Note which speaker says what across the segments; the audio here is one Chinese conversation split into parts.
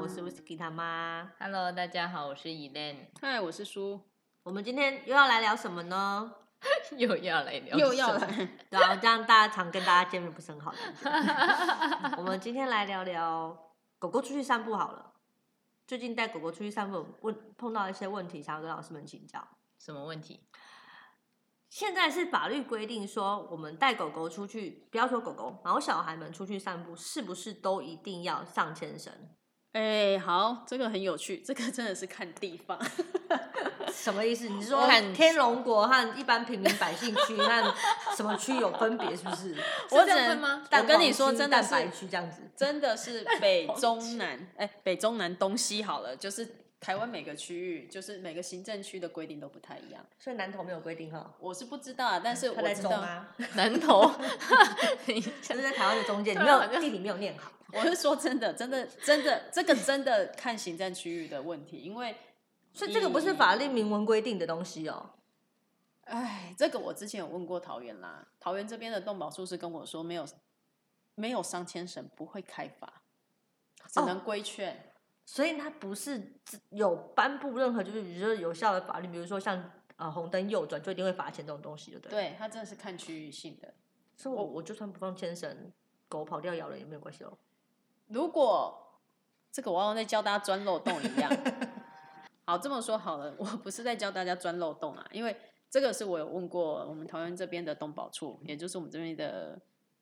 Speaker 1: 我是 Whisky 他妈。
Speaker 2: Hello，大家好，我是 Elaine，
Speaker 3: 嗨，我是叔，
Speaker 1: 我们今天又要来聊什么呢？
Speaker 2: 又要来聊，
Speaker 3: 又要，来，
Speaker 1: 对啊，这样大家常跟大家见面不是很好感 觉我们今天来聊聊狗狗出去散步好了。最近带狗狗出去散步，问碰到一些问题，想要跟老师们请教。
Speaker 2: 什么问题？
Speaker 1: 现在是法律规定说，我们带狗狗出去，不要说狗狗，毛小孩们出去散步，是不是都一定要上牵绳？
Speaker 3: 哎、好，这个很有趣，这个真的是看地方，
Speaker 1: 什么意思？你是说
Speaker 2: 看
Speaker 1: 天龙国和一般平民百姓区和什么区有分别，是不 是？
Speaker 2: 这
Speaker 3: 我只
Speaker 2: 样分
Speaker 3: 能
Speaker 2: 吗
Speaker 3: 我跟你说，真的
Speaker 1: 蛋白
Speaker 3: 是
Speaker 1: 区这样子。
Speaker 3: 真的 是北中南，哎、北中南东西好了，就是台湾每个区域，就是每个行政区的规定都不太一样。
Speaker 1: 所以南投没有规定哈，
Speaker 3: 我是不知道啊，但是
Speaker 1: 他
Speaker 3: 我
Speaker 1: 在
Speaker 3: 知
Speaker 1: 中
Speaker 3: 道，
Speaker 1: 啊，
Speaker 2: 南头，等一
Speaker 1: 就
Speaker 2: 下
Speaker 1: 是在台湾的中 间，你没
Speaker 2: 对啊好
Speaker 1: 有
Speaker 2: 像
Speaker 1: 地理没有念好。
Speaker 3: 我是说真的，真的，真的，这个真的看行政区域的问题，因为。
Speaker 1: 所以这个不是法律明文规定的东西哦。
Speaker 3: 哎，这个我之前有问过桃园啦，桃园这边的动保术士跟我说，没有没有上千绳不会开罚，只
Speaker 1: 哦
Speaker 3: 能规劝。
Speaker 1: 所以它不是自有颁布任何就是比如说有效的法律，比如说像呃红灯右转就一定会罚钱这种东西，对不对？对。
Speaker 3: 对，它真的是看区域性的。
Speaker 1: 所以我我就算不放牵绳，狗跑掉咬人也没有关系哦。
Speaker 3: 如果这个我好像在教大家钻漏洞一 样。好，这么说好了，我不是在教大家钻漏洞啊，因为这个是我有问过我们桃园这边的动保处，也就是我们这边的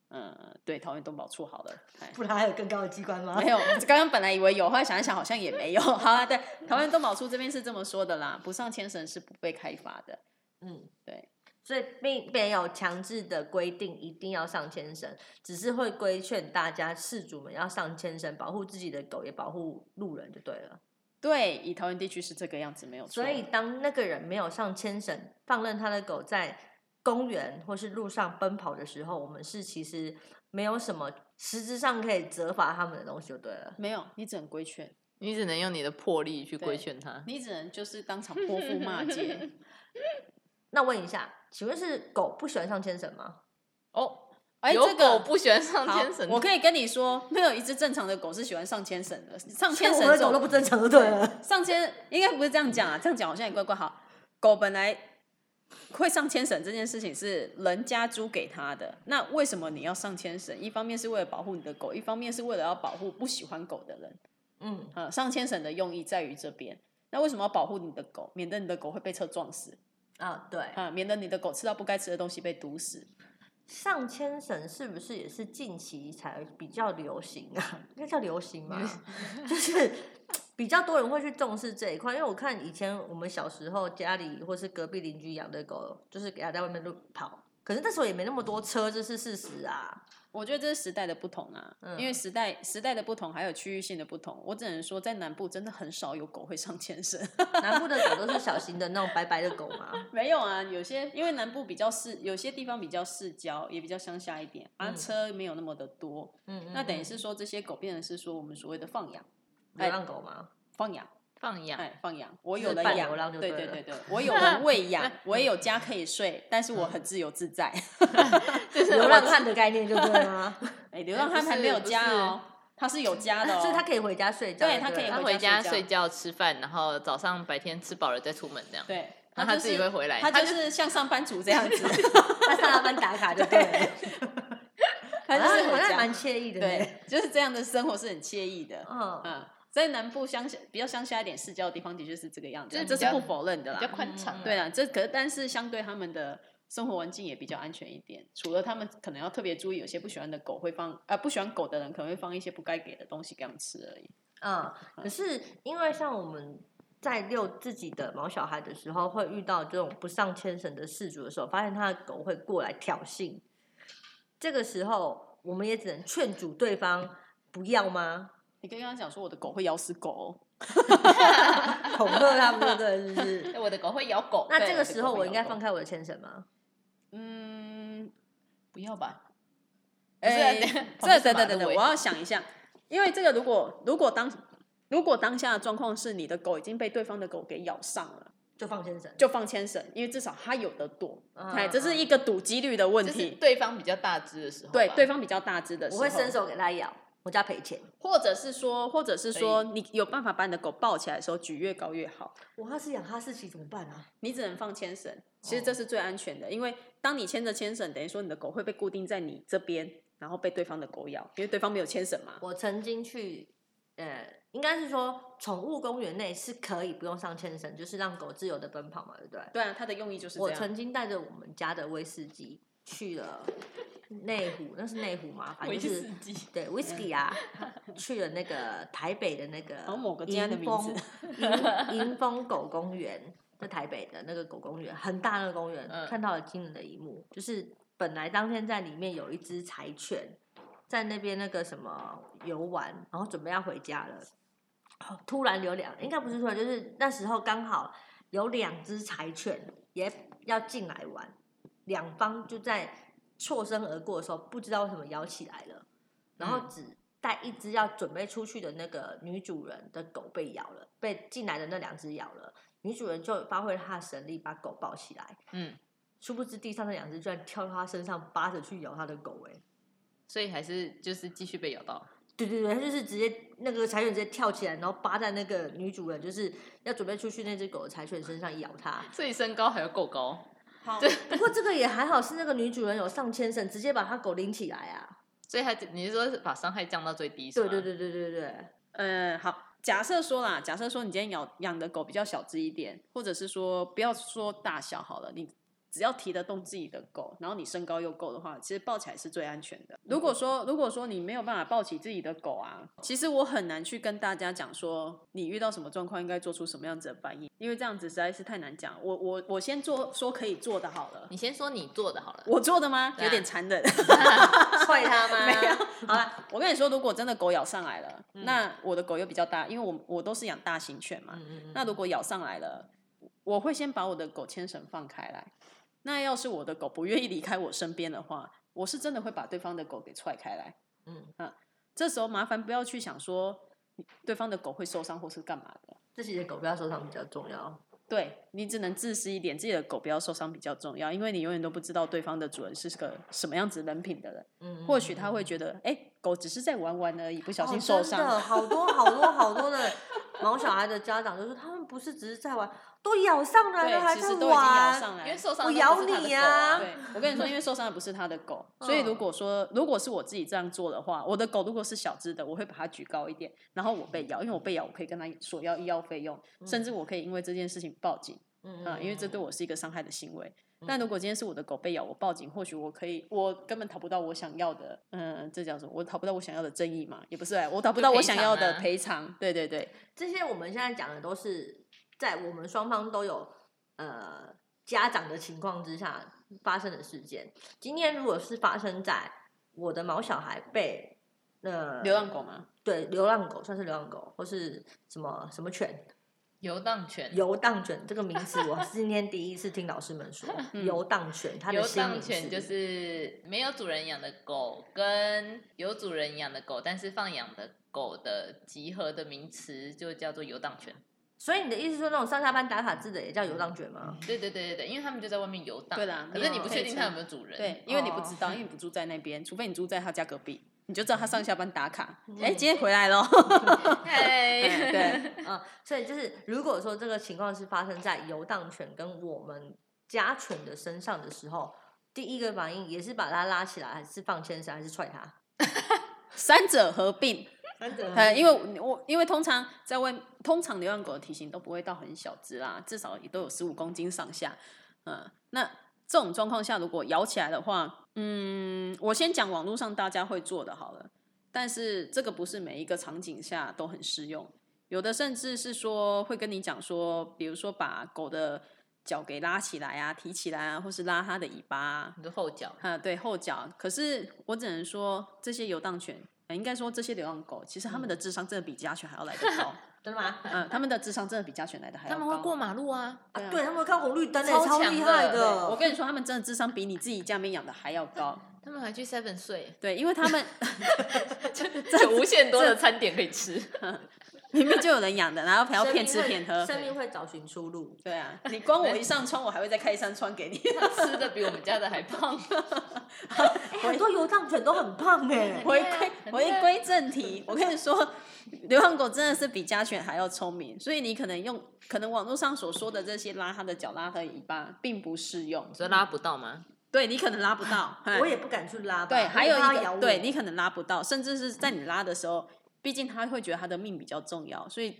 Speaker 3: 呃，对，桃园动保处好了。哎
Speaker 1: 不然还有更高的机关吗啊
Speaker 3: 没有，刚刚本来以为有，后来想一想好像也没有。好了，对，桃园动保处这边是这么说的啦，不上牵绳是不被开罚的。
Speaker 1: 嗯，
Speaker 3: 对。
Speaker 1: 所以并没有强制的规定一定要上牵绳，只是会规劝大家事主们要上牵绳，保护自己的狗，也保护路人就对了。
Speaker 3: 对，以桃园地区是这个样子，没有错。
Speaker 1: 所以当那个人没有上牵绳，放任他的狗在公园或是路上奔跑的时候，我们是其实没有什么实质上可以责罚他们的东西就对了。
Speaker 3: 没有，你只能规劝，
Speaker 2: 你只能用你的魄力去规
Speaker 3: 对
Speaker 2: 劝他。
Speaker 3: 你只能就是当场泼妇骂街。
Speaker 1: 那问一下，请问是狗不喜欢上牵绳吗？
Speaker 3: 哦，哎，
Speaker 2: 有
Speaker 3: 这个
Speaker 2: 狗不喜欢上
Speaker 3: 好
Speaker 2: 牵绳，
Speaker 3: 我可以跟你说，没有一只正常的狗是喜欢上牵绳的，上牵
Speaker 1: 像
Speaker 3: 绳
Speaker 1: 我的
Speaker 3: 这
Speaker 1: 狗
Speaker 3: 种
Speaker 1: 都不正常就对了。
Speaker 3: 上千应该不是这样讲啊，这样讲好像也怪怪。好，狗本来会上牵绳这件事情是人家租给它的，那为什么你要上牵绳？一方面是为了保护你的狗，一方面是为了要保护不喜欢狗的人。
Speaker 1: 嗯，
Speaker 3: 呃，上牵绳的用意在于这边。那为什么要保护你的狗，免得你的狗会被车撞死
Speaker 1: 啊，对，
Speaker 3: 啊、免得你的狗吃到不该吃的东西被毒死？
Speaker 1: 上牵绳是不是也是近期才比较流行啊？应该叫流行吧， 就是比较多人会去重视这一块。因为我看以前我们小时候家里或是隔壁邻居养的狗，就是给它在外面路跑，可是那时候也没那么多车，这是事实啊。
Speaker 3: 我觉得这是时代的不同啊，
Speaker 1: 嗯
Speaker 3: 因为时代时代的不同，还有区域性的不同。我只能说，在南部真的很少有狗会上牵绳。
Speaker 1: 南部的狗都是小型的那种白白的狗嘛，
Speaker 3: 没有啊，有些因为南部比较市，有些地方比较市郊，也比较乡下一点，啊，
Speaker 1: 嗯
Speaker 3: 车没有那么的多。
Speaker 1: 嗯，嗯
Speaker 3: 那等于
Speaker 1: 嗯
Speaker 3: 是哎说，这些狗变成是说我们所谓的放养，
Speaker 1: 流浪狗 嘛，
Speaker 3: 放养，
Speaker 2: 放养。
Speaker 3: 哎，放养，我
Speaker 1: 就
Speaker 3: 有
Speaker 1: 是
Speaker 3: 人
Speaker 1: 半
Speaker 3: 养
Speaker 1: 流浪就
Speaker 3: 对
Speaker 1: 对
Speaker 3: 对
Speaker 1: 了
Speaker 3: 对对，我有人喂养，我也有家可以睡，但是我很自由自在。
Speaker 1: 流浪汉的概念就对了吗？
Speaker 3: 哎，流浪汉还没有家哦，他是有家 的哦，
Speaker 1: 所以它可以回家睡觉，
Speaker 3: 对它可以
Speaker 2: 他
Speaker 3: 回
Speaker 2: 回家
Speaker 3: 家睡
Speaker 2: 睡觉、吃饭，然后早上白天吃饱了再出门这样。
Speaker 3: 对，
Speaker 2: 然后它
Speaker 3: 就
Speaker 2: 自己
Speaker 3: 是
Speaker 2: 会回来
Speaker 3: 他
Speaker 2: 它
Speaker 3: 就
Speaker 2: 就是
Speaker 3: 像上班族这样子，
Speaker 1: 它上下班打卡就对 了，好像
Speaker 3: 他就是
Speaker 1: 好
Speaker 3: 有
Speaker 1: 像
Speaker 3: 家
Speaker 1: 蛮，惬意的呢。
Speaker 3: 对，就是这样的生活是很惬意的。
Speaker 1: 嗯，
Speaker 3: 嗯，在南部乡下比较乡下一点市郊的地方，的确是这个样子，
Speaker 2: 就是
Speaker 3: 这
Speaker 2: 比
Speaker 3: 是
Speaker 2: 较
Speaker 3: 不否认的
Speaker 2: 比
Speaker 3: 啦
Speaker 2: 较。宽敞啊，
Speaker 3: 对啦，这可但是相对他们的生活环境也比较安全一点，除了他们可能要特别注意，有些不喜欢的狗会放，呃，不喜欢狗的人可能会放一些不该给的东西给他们吃而已。
Speaker 1: 嗯，可是因为像我们在遛自己的毛小孩的时候，会遇到这种不上牵绳的事主的时候，发现他的狗会过来挑衅，这个时候我们也只能劝阻对方不要吗？
Speaker 3: 你可以跟他讲说，我的狗会咬死狗哦、
Speaker 1: 恐吓他们，对是不是？
Speaker 2: 哎我的狗会咬狗，
Speaker 1: 那
Speaker 3: 对
Speaker 1: 这个时候
Speaker 3: 狗会
Speaker 1: 我应该
Speaker 3: 咬
Speaker 1: 放开我的牵绳吗？
Speaker 3: 嗯，不要吧。
Speaker 2: 不是啊
Speaker 3: 哎、
Speaker 2: 等下 旁
Speaker 3: 这
Speaker 2: 边是
Speaker 3: 等
Speaker 2: 马
Speaker 3: 等等等，
Speaker 2: 路
Speaker 3: 我
Speaker 2: 欸
Speaker 3: 要想一下，因为这个如果如果当如果当下的状况是你的狗已经被对方的狗给咬上了。
Speaker 1: 就放牵绳，
Speaker 3: 就放牵绳，因为至少他有的躲，
Speaker 1: 嗯
Speaker 3: 哎、这是一个赌几率的问
Speaker 2: 就是
Speaker 3: 题。
Speaker 2: 对方比较大只的时候吧，
Speaker 3: 对，对方比较大只的时
Speaker 1: 我
Speaker 3: 候，
Speaker 1: 会伸手给他咬。我家赔钱。
Speaker 3: 或者是说，或者是
Speaker 2: 所以
Speaker 3: 说，你有办法把你的狗抱起来的时候举越高越好，
Speaker 1: 我要是养哈士奇怎么办啊？
Speaker 3: 你只能放牵绳。其
Speaker 2: 哦
Speaker 3: 实这是最安全的，因为当你牵着牵绳，等于说你的狗会被固定在你这边，然后被对方的狗咬，因为对方没有牵绳嘛。
Speaker 1: 我曾经去，呃，应该是说宠物公园内是可以不用上牵绳，就是让狗自由的奔跑嘛，对不对？
Speaker 3: 对啊，它的用意就是这
Speaker 1: 我
Speaker 3: 样。
Speaker 1: 曾经带着我们家的威士忌去了内湖，那是内湖嘛，
Speaker 3: 啊
Speaker 1: 反正
Speaker 2: 威
Speaker 1: 就
Speaker 2: 士
Speaker 1: 是
Speaker 2: 忌，
Speaker 1: 对 whisky 啊，去了那个台北的那个
Speaker 3: 嗯好某个家的
Speaker 1: 迎
Speaker 3: 名
Speaker 1: 风迎迎风狗公园，在台北的那个狗公园，很大那个公园，
Speaker 2: 嗯
Speaker 1: 看到了惊人的一幕，就是本来当天在里面有一只柴犬在那边那个什么游玩，然后准备要回家了，哦突然有两，应该不是突然，就是那时候刚好有两只柴犬也要进来玩，两方就在错身而过的时候，不知道为什么咬起来了，然后
Speaker 2: 嗯
Speaker 1: 只带一只要准备出去的那个女主人的狗被咬了，被进来的那两只咬了，女主人就发挥她的神力把狗抱起来，
Speaker 2: 嗯，
Speaker 1: 殊不知地上那两只居然跳到她身上扒着去咬她的狗、欸，哎，
Speaker 2: 所以还是就是继续被咬到，
Speaker 1: 对对对，它就是直接那个柴犬直接跳起来，然后扒在那个女主人就是要准备出去那只狗的柴犬身上咬它。
Speaker 2: 所以身高还要够高，
Speaker 3: 好，
Speaker 1: 不过这个也还好，是那个女主人有上牵绳，直接把她狗拎起来啊。
Speaker 2: 所以还你是说把伤害降到最低？是
Speaker 1: 对
Speaker 2: 吗
Speaker 1: 对，对对对对，
Speaker 3: 嗯，好，假设说啦，假设说你今天养养的狗比较小只一点，或者是说不要说大小好了，你只要提得动自己的狗，然后你身高又够的话，其实抱起来是最安全的。如
Speaker 2: 嗯
Speaker 3: 果说如果说你没有办法抱起自己的狗啊，其实我很难去跟大家讲说你遇到什么状况应该做出什么样子的反应，因为这样子实在是太难讲。我我我先做说可以做的好了，
Speaker 2: 你先说你做的好了，
Speaker 3: 我做的吗？
Speaker 2: 对啊
Speaker 3: 有点残忍。
Speaker 1: 踹它 吗？
Speaker 3: 没有，好了，我跟你说，如果真的狗咬上来了，
Speaker 1: 嗯
Speaker 3: 那我的狗又比较大，因为我我都是养大型犬嘛。
Speaker 1: 嗯嗯
Speaker 3: 那如果咬上来了，我会先把我的狗牵绳放开来。那要是我的狗不愿意离开我身边的话，我是真的会把对方的狗给踹开来。啊
Speaker 1: 嗯，
Speaker 3: 这时候麻烦不要去想说对方的狗会受伤或是干嘛的，
Speaker 1: 自己的狗不要受伤比较重要。
Speaker 3: 对你只能自私一点，自己的狗不要受伤比较重要，因为你永远都不知道对方的主人是个什么样子人品的人。
Speaker 1: 嗯，
Speaker 3: 或许他会觉得，哎、狗只是在玩玩而已，不小
Speaker 1: 哦
Speaker 3: 心受
Speaker 1: 真的
Speaker 3: 伤。
Speaker 1: 好多好多好多的毛小孩的家长就是他们不是只是在玩，都咬上来了
Speaker 3: 对，
Speaker 1: 还
Speaker 3: 其
Speaker 1: 在
Speaker 3: 实都已经咬
Speaker 1: 玩。
Speaker 3: 上来
Speaker 2: 因为
Speaker 3: 了。
Speaker 2: 受伤
Speaker 1: 我
Speaker 2: 的
Speaker 1: 咬
Speaker 2: 不是他的
Speaker 1: 你
Speaker 2: 狗
Speaker 1: 啊
Speaker 3: 对，我跟你说，因为受伤的不是他的狗，所 以
Speaker 1: 嗯
Speaker 3: 如果说如果是我自己这样做的话，我的狗如果是小只的，我会把它举高一点，然后我被咬，因为我被咬，我可以跟他索要医药费用，甚至我可以因为这件事情报警
Speaker 1: 嗯
Speaker 3: 啊、因为这对
Speaker 1: 我
Speaker 3: 我是一个伤害的行为。
Speaker 1: 嗯
Speaker 3: 但如果今天是我的狗被咬，我报警，或许我可以，我根本讨不到我想要的，嗯、这叫什么？我讨不到我想要的正义嘛？也不是、哎，我讨不
Speaker 2: 就
Speaker 3: 到我
Speaker 2: 赔
Speaker 3: 想
Speaker 2: 偿
Speaker 3: 要的
Speaker 2: 啊
Speaker 3: 赔偿。对 对对，
Speaker 1: 这些我们现在讲的都是在我们双方都有呃家长的情况之下发生的事件。今天如果是发生在我的毛小孩被呃
Speaker 3: 流浪狗嘛，
Speaker 1: 对流浪狗算是流浪狗或是什么什么犬
Speaker 2: 游荡犬，
Speaker 1: 游荡犬这个名词，我是今天第一次听老师们说
Speaker 3: 嗯
Speaker 1: 游荡犬，它的
Speaker 2: 游
Speaker 1: 新名
Speaker 2: 荡
Speaker 1: 词
Speaker 2: 犬就是没有主人养的狗跟有主人养的狗，但是放养的狗的集合的名词就叫做游荡犬。
Speaker 1: 所以你的意思说那种上下班打卡制的也叫游荡犬吗？
Speaker 2: 对对对对对，因为他们就在外面游荡。
Speaker 3: 对啦
Speaker 2: 可是你
Speaker 1: 没
Speaker 2: 不
Speaker 1: 有
Speaker 2: 确定它有没有主人。
Speaker 3: 对，因为你不
Speaker 1: 哦
Speaker 3: 知道，因为你不住在那边，除非你住在他家隔壁，你就知道他上下班打卡。哎、
Speaker 1: 嗯
Speaker 3: 今天回来咯。
Speaker 2: 嗨，
Speaker 3: 对，
Speaker 1: 嗯，所以就是如果说这个情况是发生在游荡犬跟我们家犬的身上的时候，第一个反应也是把它拉起来，还是放牵绳，还是踹它？
Speaker 3: 三者合并。
Speaker 1: 真 的
Speaker 3: 呃，因为我我因为通常在外，通常流浪狗的体型都不会到很小只啦，至少也都有十五公斤上下。嗯、那这种状况下，如果咬起来的话，嗯，我先讲网络上大家会做的好了，但是这个不是每一个场景下都很适用，有的甚至是说会跟你讲说，比如说把狗的脚给拉起来啊、提起来啊，或是拉它的尾巴、啊，
Speaker 2: 你的后脚。
Speaker 3: 啊，对后脚。可是我只能说，这些游荡犬，呃应该说这些流浪狗，其实他们
Speaker 2: 嗯
Speaker 3: 的智商真的比家犬还要来得 高。
Speaker 1: 真的吗？
Speaker 3: 嗯，他们的智商真的比家犬来的还要
Speaker 2: 他
Speaker 3: 高。
Speaker 2: 们会过马路啊，
Speaker 3: 对啊
Speaker 1: 对他们会看红绿灯诶、
Speaker 2: 超
Speaker 1: 超
Speaker 2: 强
Speaker 1: 厉
Speaker 2: 的
Speaker 1: 害
Speaker 2: 对
Speaker 3: 对我
Speaker 1: 的。
Speaker 3: 跟你说，他们真的智商比你自己家里面养的还要 高。
Speaker 2: 他们还去 Seven 睡，
Speaker 3: 对，因为他们
Speaker 2: 就无限多的餐点可以吃。
Speaker 3: 明明就有人养的，然后还要骗吃骗喝。
Speaker 1: 生命会找寻出路。
Speaker 3: 对啊，你光我一上窗，我还会再开一扇窗给你。
Speaker 2: 它吃的比我们家的还胖。
Speaker 1: 哎、很多流浪犬都很胖 哎、
Speaker 2: 对
Speaker 3: 回归
Speaker 2: 啊很对
Speaker 3: 回
Speaker 2: 啊
Speaker 3: 归正题，我跟你说，流浪狗真的是比家犬还要聪明，所以你可能用可能网络上所说的这些拉它的脚、拉它的尾巴，并不适用。
Speaker 2: 你说拉不到吗？
Speaker 3: 对你可能拉不到，嘿
Speaker 1: 啊我也不敢去拉吧。
Speaker 3: 哎对，还
Speaker 1: 因
Speaker 3: 有
Speaker 1: 为它
Speaker 3: 一
Speaker 1: 要咬
Speaker 3: 个
Speaker 1: 我
Speaker 3: 对你可能拉不到，甚至是在你拉的时候，毕竟它会觉得它的命比较重要，所以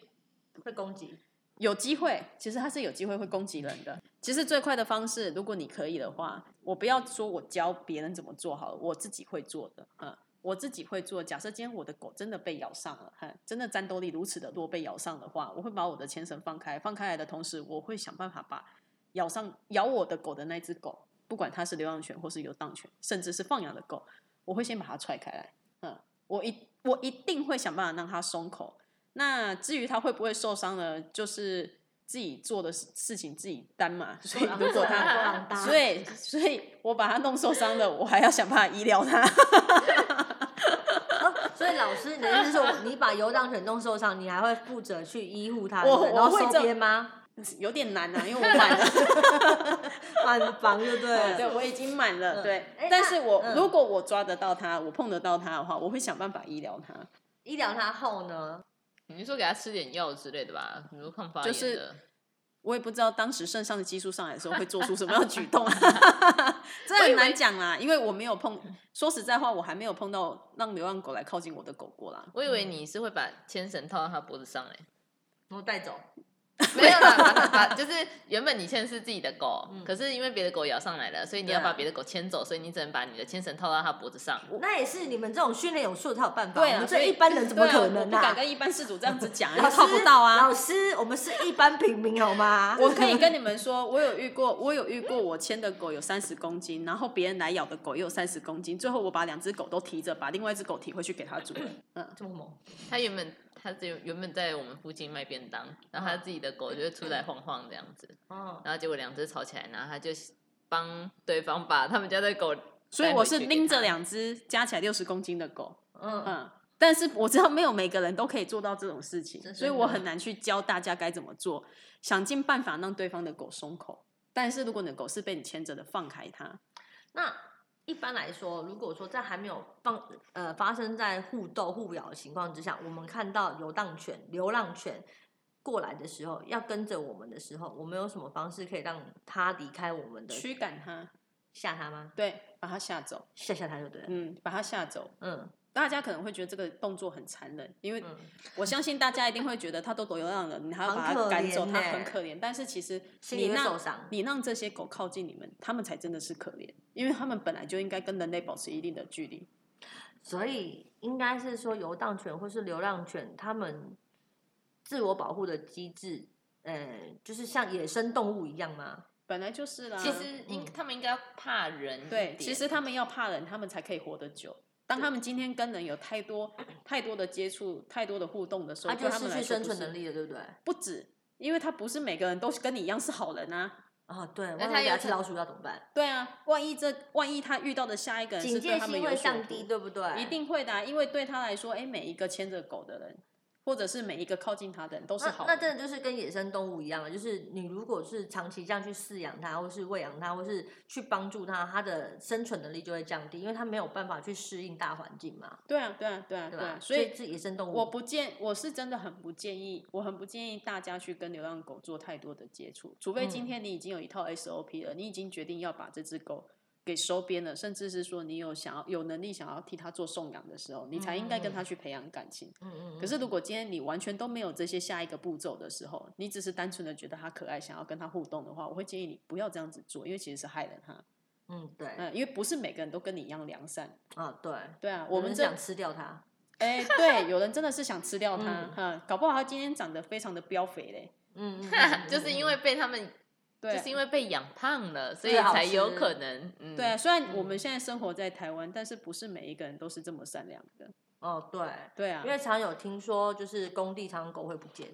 Speaker 1: 会攻击。
Speaker 3: 有机会，其实它是有机会会攻击人的。其实最快的方式，如果你可以的话，我不要说我教别人怎么做好了，我自己会做的，嗯。我自己会做。假设今天我的狗真的被咬伤了，哼，真的战斗力如此的弱，被咬伤的话，我会把我的牵绳放开。放开来的同时，我会想办法把咬伤咬我的狗的那只狗，不管它是流浪犬或是游荡犬，甚至是放养的狗，我会先把它踹开来。嗯，我一我一定会想办法让它松口。那至于它会不会受伤呢？就是自己做的事事情自己担嘛。所以如果它，
Speaker 1: 浪大，
Speaker 3: 所以所以我把它弄受伤了，我还要想办法医疗它。
Speaker 1: 哦所以老师，你的意思是我你把游荡犬弄受伤，你还会负责去医护它，对不对
Speaker 3: 我
Speaker 1: 然后
Speaker 3: 我会
Speaker 1: 收
Speaker 3: 这
Speaker 1: 编 吗？
Speaker 3: 有点难啊，因为 我满了，
Speaker 1: 满房就对了。
Speaker 3: 对，我已经满
Speaker 1: 嗯
Speaker 3: 了，对
Speaker 1: 哎。
Speaker 3: 但是我
Speaker 1: 那嗯
Speaker 3: 如果我抓得到它，我碰得到它的话，我会想办法医疗它。
Speaker 1: 医疗它后呢？
Speaker 2: 你是说给它吃点药之类的吧？比如抗发炎
Speaker 3: 就
Speaker 2: 的。
Speaker 3: 是我也不知道当时肾上的激素上来的时候会做出什么样的举 动啊，这很难讲啦，因为我没有碰。说实在话，我还没有碰到让流浪狗来靠近我的狗过啦。
Speaker 2: 我以为你是会把牵绳套到它脖子上 哎、
Speaker 1: 我带走。
Speaker 2: 没有啦，把把就是原本你牵的是自己的狗，
Speaker 1: 嗯
Speaker 2: 可是因为别的狗咬上来了，所以你
Speaker 3: 对
Speaker 2: 要
Speaker 3: 啊
Speaker 2: 把别的狗牵走，所以你只能把你的牵绳套到它脖子上。
Speaker 1: 那也是你们这种训练有素才有办法，
Speaker 3: 对
Speaker 1: 我
Speaker 3: 啊，
Speaker 1: 们
Speaker 3: 所
Speaker 1: 这
Speaker 3: 以
Speaker 1: 一般人怎么
Speaker 3: 对啊
Speaker 1: 可
Speaker 3: 我
Speaker 1: 能
Speaker 3: 不敢
Speaker 1: 啊？
Speaker 3: 跟一般事主这样子讲，因
Speaker 1: 老
Speaker 3: 为
Speaker 1: 师
Speaker 3: 套不到啊。
Speaker 1: 老师，我们是一般平民好吗？
Speaker 3: 我可以跟你们说，我有遇过，我有遇过，我牵的狗有三十公斤，然后别人来咬的狗也有三十公斤，最后我把两只狗都提着，把另外一只狗提回去给它主人。嗯，
Speaker 1: 这么猛，
Speaker 2: 它原本它就原本在我们附近卖便当，然后它自己的狗就会出来晃晃这样子，
Speaker 1: 哦，
Speaker 2: 然后结果两只吵起来，然后它就帮对方把他们家的狗，
Speaker 3: 所以我是拎着，两只加起来六十公斤的狗。
Speaker 1: 嗯，
Speaker 3: 嗯，但是我知道没有每个人都可以做到这种事情
Speaker 1: 这，是
Speaker 3: 所以我很难去教大家该怎么做，想尽办法让对方的狗松口。但是如果你的狗是被你牵着的，放开它。
Speaker 1: 那。一般来说，如果说在还没有放呃发生在互斗互咬的情况之下，我们看到游荡犬、流浪犬过来的时候，要跟着我们的时候，我们有什么方式可以让它离开我们的？
Speaker 3: 驱赶它，
Speaker 1: 吓它吗？
Speaker 3: 对，把它吓走，
Speaker 1: 吓吓它就对了。
Speaker 3: 嗯，把它吓走。
Speaker 1: 嗯
Speaker 3: 大家可能会觉得这个动作很残忍，因为
Speaker 1: 嗯，
Speaker 3: 我相信大家一定会觉得它都流浪了，你还要
Speaker 1: 很
Speaker 3: 把
Speaker 1: 可
Speaker 3: 它赶走，
Speaker 1: 怜
Speaker 3: 它
Speaker 1: 欸
Speaker 3: 很可怜。但是其实
Speaker 1: 心
Speaker 3: 你
Speaker 1: 里会受
Speaker 3: 让
Speaker 1: 伤。
Speaker 3: 你让这些狗靠近你们，它们才真的是可怜，因为它们本来就应该跟人类保持一定的距离。
Speaker 1: 所以应该是说，游荡犬或是流浪犬，它们自我保护的机制，呃，就是像野生动物一样吗？
Speaker 3: 本来就是啦。
Speaker 2: 其实应
Speaker 1: 嗯
Speaker 2: 他们应该怕人一点，
Speaker 3: 对，其实它们要怕人，它们才可以活得久。当它们今天跟人有太多太多的接触、太多的互动的时候，
Speaker 1: 啊它就
Speaker 3: 对它
Speaker 1: 失
Speaker 3: 们来
Speaker 1: 去
Speaker 3: 说
Speaker 1: 生
Speaker 3: 不
Speaker 1: 存
Speaker 3: 是
Speaker 1: 能力了，对不对？
Speaker 3: 不止，因为它不是每个人都跟你一样是好人啊。
Speaker 1: 啊，对，
Speaker 2: 那
Speaker 1: 万
Speaker 2: 它
Speaker 1: 一
Speaker 2: 有
Speaker 1: 牙齿
Speaker 2: 可
Speaker 1: 老鼠要怎么办？
Speaker 3: 对啊，万一这万一它遇到的下一个人
Speaker 1: 警
Speaker 3: 是对
Speaker 1: 戒
Speaker 3: 它们
Speaker 1: 心
Speaker 3: 有
Speaker 1: 会
Speaker 3: 所
Speaker 1: 降
Speaker 3: 图
Speaker 1: 低，对不对？
Speaker 3: 一定会的啊、因为对他来说，哎，每一个牵着狗的人，或者是每一个靠近他的人，都是
Speaker 1: 那
Speaker 3: 好
Speaker 1: 那
Speaker 3: 人。
Speaker 1: 真的就是跟野生动物一样了，啊就是你如果是长期这样去饲养它，或是喂养它，或是去帮助它，它的生存能力就会降低，因为它没有办法去适应大环境嘛，
Speaker 3: 对啊，对啊，对啊，
Speaker 1: 对
Speaker 3: 对
Speaker 1: 吧？
Speaker 3: 啊。所
Speaker 1: 所
Speaker 3: 以
Speaker 1: 是野生动物，
Speaker 3: 我不建，我是真的很不建议，我很不建议大家去跟流浪狗做太多的接触，除非今
Speaker 1: 嗯
Speaker 3: 天你已经有一套 SOP 了，你已经决定要把这只狗。给收编了，甚至是说你有想要有能力想要替它做送养的时候，你才应该跟它去培养感情。
Speaker 1: 嗯嗯嗯，
Speaker 3: 可是如果今天你完全都没有这些下一个步骤的时候，你只是单纯的觉得它可爱，想要跟它互动的话，我会建议你不要这样子做，因为其实是害了它。
Speaker 1: 嗯对
Speaker 3: 嗯，因为不是每个人都跟你一样良善。
Speaker 1: 啊对，
Speaker 3: 对啊，
Speaker 1: 有
Speaker 3: 我们
Speaker 1: 人
Speaker 3: 这
Speaker 1: 想吃掉它，
Speaker 3: 哎、对，有人真的是想吃掉它，
Speaker 1: 嗯
Speaker 3: 哈、搞不好它今天长得非常的膘肥嘞。
Speaker 1: 嗯，嗯
Speaker 2: 就是因为被他们，
Speaker 3: 对
Speaker 2: 就
Speaker 3: 啊，
Speaker 2: 是因为被养胖了，所以
Speaker 1: 对好
Speaker 2: 才有
Speaker 1: 吃
Speaker 2: 可能，嗯，
Speaker 3: 对啊，虽然我们现在生活在台湾，但是不是每一个人都是这么善良的。
Speaker 1: 哦对，
Speaker 3: 对啊
Speaker 1: 因，为常有听说就是工地常狗会不见，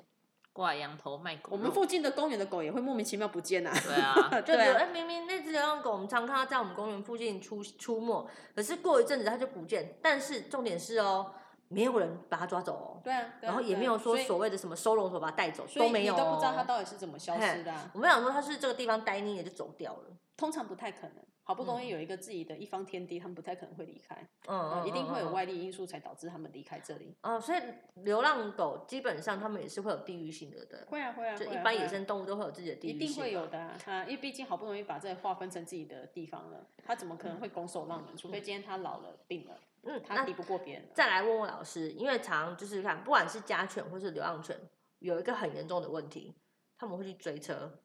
Speaker 2: 挂羊头卖狗肉。
Speaker 3: 我们附近的公园的狗也会莫名其妙不见啊。
Speaker 2: 对啊，
Speaker 1: 就
Speaker 3: 对
Speaker 1: 有
Speaker 3: 啊，
Speaker 1: 哎明明那只流浪狗我们常看到在我们公园附近出出没，可是过一阵子它就不见，但是重点是哦。没有人把它抓走哦，
Speaker 3: 对啊，对啊
Speaker 1: 然后也
Speaker 3: 对啊
Speaker 1: 没有说
Speaker 3: 所以
Speaker 1: 所谓的什么收容所把它带走，
Speaker 3: 所
Speaker 1: 都
Speaker 3: 以
Speaker 1: 没有、
Speaker 3: 你
Speaker 1: 哦。
Speaker 3: 都不知道它到底是怎么消失的、啊，
Speaker 1: 我们想说它是这个地方待腻了就走掉了，
Speaker 3: 通常不太可能。好不容易有一个自己的一方天地，他们不太可能会离开，
Speaker 1: 嗯，嗯
Speaker 3: 一定会
Speaker 1: 嗯
Speaker 3: 有
Speaker 1: 嗯
Speaker 3: 外力因素才导致他们离开这里。
Speaker 1: 哦，所以流浪狗基本上它们也是会有地域性的的，
Speaker 3: 会啊，会啊，
Speaker 1: 就
Speaker 3: 会
Speaker 1: 一
Speaker 3: 啊
Speaker 1: 般
Speaker 3: 会啊
Speaker 1: 野生动物都会有自己的地
Speaker 3: 一
Speaker 1: 域性，
Speaker 3: 定会有的啊，啊因为毕竟好不容易把这划分成自己的地方了，他怎么可能会拱手让人？除非今天他老了、病了，
Speaker 1: 嗯，
Speaker 3: 他
Speaker 1: 那
Speaker 3: 敌不过别人了。
Speaker 1: 再来问问老师，因为常就是看，不管是家犬或是流浪犬，有一个很严重的问题，他们会去追车，